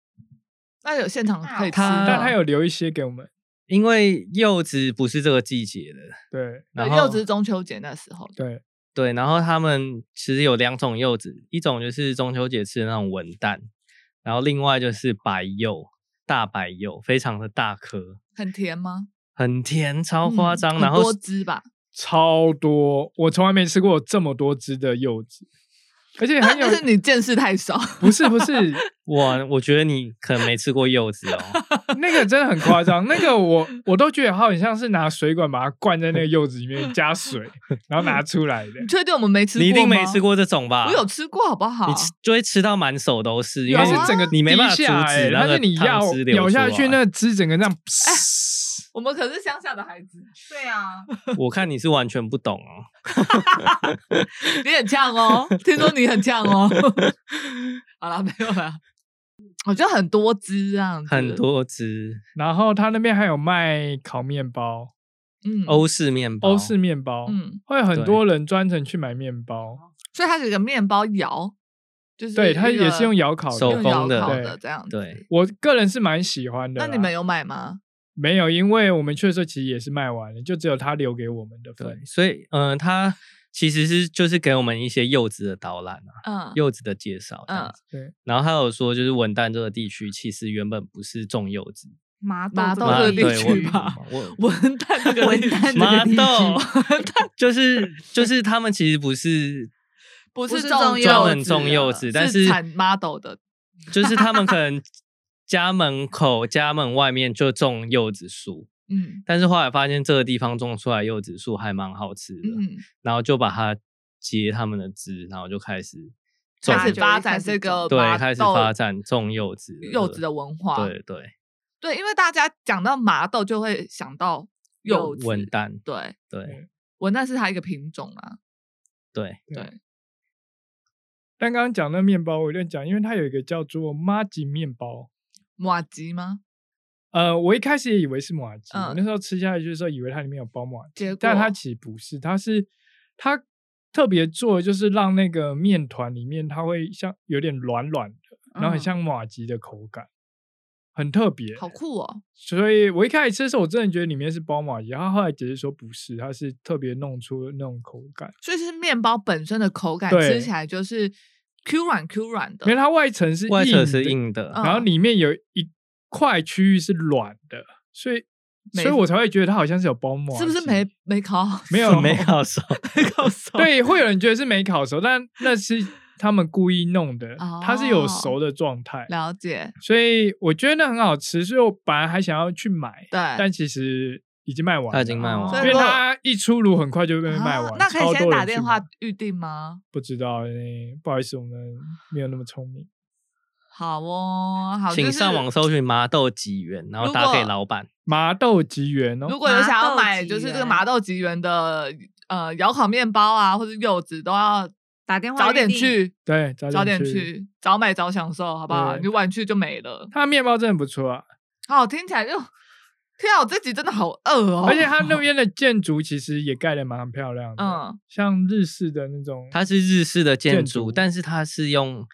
那有现场可以吃它吗，但它有留一些给我们。因为柚子不是这个季节的，对然对后柚子是中秋节那时候的，对，对，然后他们其实有两种柚子，一种就是中秋节吃的那种文旦，然后另外就是白柚，大白柚，非常的大颗，很甜吗？很甜，超夸嗯张，很然后多汁吧。超多，我从来没吃过这么多只的柚子，而 且那很有那是你见识太少， 不是不是我我觉得你可能没吃过 柚子哦，那个真的很夸张，那个我我都觉得它好像是拿水管把它灌在那个柚子里面加水，然后拿 出来的。你确定我们没吃过？你一定没吃，过这种吧？我有吃过，好不好你？吃就会吃到满手都是，因因为为有是啊整个你没办法阻滴下止欸那它个是你汤咬汁流咬下出去，来那汁整个这样，我们可是乡下的孩子，对啊，我看你是完全不懂哦。 你很呛哦，听说你很呛 哦。好了，没有啦，我觉得很多汁这样子，很多汁，然后它那边还有卖烤面包，嗯，欧式面包，欧式面包，嗯，哦会很对多人专程去买面包，所以它是一个面包窑，就是对，它一个也是用窑烤手的用。工窑的烤对的这样子。对，我个人是蛮喜欢的啦。那你们有买吗？没有？因为我们去的时候其实也是卖完了，就只有他留给我们的份对，。所以嗯，它、其实是就是给我们一些柚子的导览啊，嗯，柚子的介绍这样嗯子。对，然后他有说，就是文旦这个地区其实原本不是种柚子，麻麻豆豆这妈个地地对区 我吧我文旦这个文地旦这区麻个地区豆， 就是就是他们其实不是 不不是是种种柚专门子种的柚子，但是是产 model 的，就是他们 可能家门口、家门外面就种柚子树，嗯但是后来发现这个地方种出来柚子树还蛮好吃的，嗯，然后就把它结他们的枝，然后就开始种开始就发一开展始这个种对麻开始豆发展种柚子柚子的文化，对对对，因为大家讲到麻豆就会想到柚柚子，嗯文旦对，对文旦是它一个品种啊，对但刚刚讲那面包，我就讲，因为它有一个叫做马吉面包。马吉吗？呃，我一开始也以为是马吉，嗯哦我那时候吃下去的时候以为它里面有包马吉结，但它果其实不是，它是它特别做的就是让那个面团里面它会像有点软软的，然后很嗯像马吉的口感，很特别。好酷哦，所以我一开始吃的时候，我真的觉得里面是包马吉，然后后来解释说不是，它是特别弄出那种口感，所以是面包本身的口感，对吃起来就是 Q 软 Q 软的因为，它外层是外硬侧的哦是硬的，嗯然后里面有一块区域是软的，所以所以我才会觉得它好像是有包膜，啊是不是没没烤好？ 没有没烤熟，烤熟，对，会有人觉得是没烤熟，但那是他们故意弄的，它是有熟的状态，哦了解，所以我觉得那很好吃，所以我本来还想要去买，对。但其实已经卖完它了，哦已经卖完所因以为如了。果它一出炉很快就被卖啊完，那可以超先多人打去电买话预定吗？不知道、欸，不好意思，我们没有那么聪明。好哦，好，请就是上网搜寻麻豆几元，然后如打给果老板。麻豆吉源哦，如果有想麻要豆买，吉哎就是这个园麻豆吉园的呃窑烤面包啊，或者柚子，都要打电话早预点定去，对，早早点点去，早买早享受，好不好？对你晚去就没了。它的面包真的不错啊，好，听起来就，天啊，我这集真的好饿哦。而且它那边的建筑其实也盖的蛮漂亮的，嗯，像日式的那种，它是日式的建建筑，筑但是它是用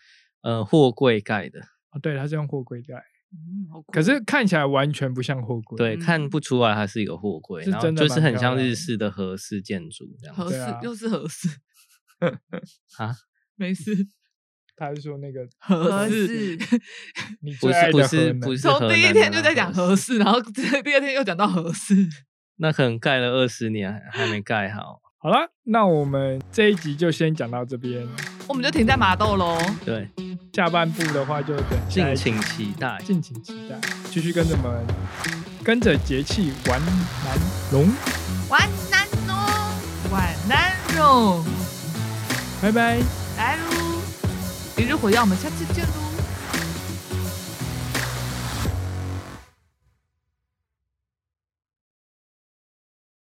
呃货柜盖的，哦对，它是用货柜盖，嗯，好酷可是看起来完全不像货柜，对，看不出来它是一个货柜，是然后真的就是蛮很漂像亮日的式的和式建筑这样合子。对适、啊又是合适啊，没事，他是说 那个合合适。适你最不爱是的不是河南不是河从南的那合第适，啊一天就在讲合适，然后第二天又讲到合适。那可能盖了二十年还还没盖好。好了，那我们这一集就先讲到这边，我们就停在麻豆喽。对，下半部的话就等下敬一集请期待。敬请期待，继续跟着我们跟着节气玩南龙，完难哦，皖南肉，拜拜。来喽！一日火药，我们下次见喽。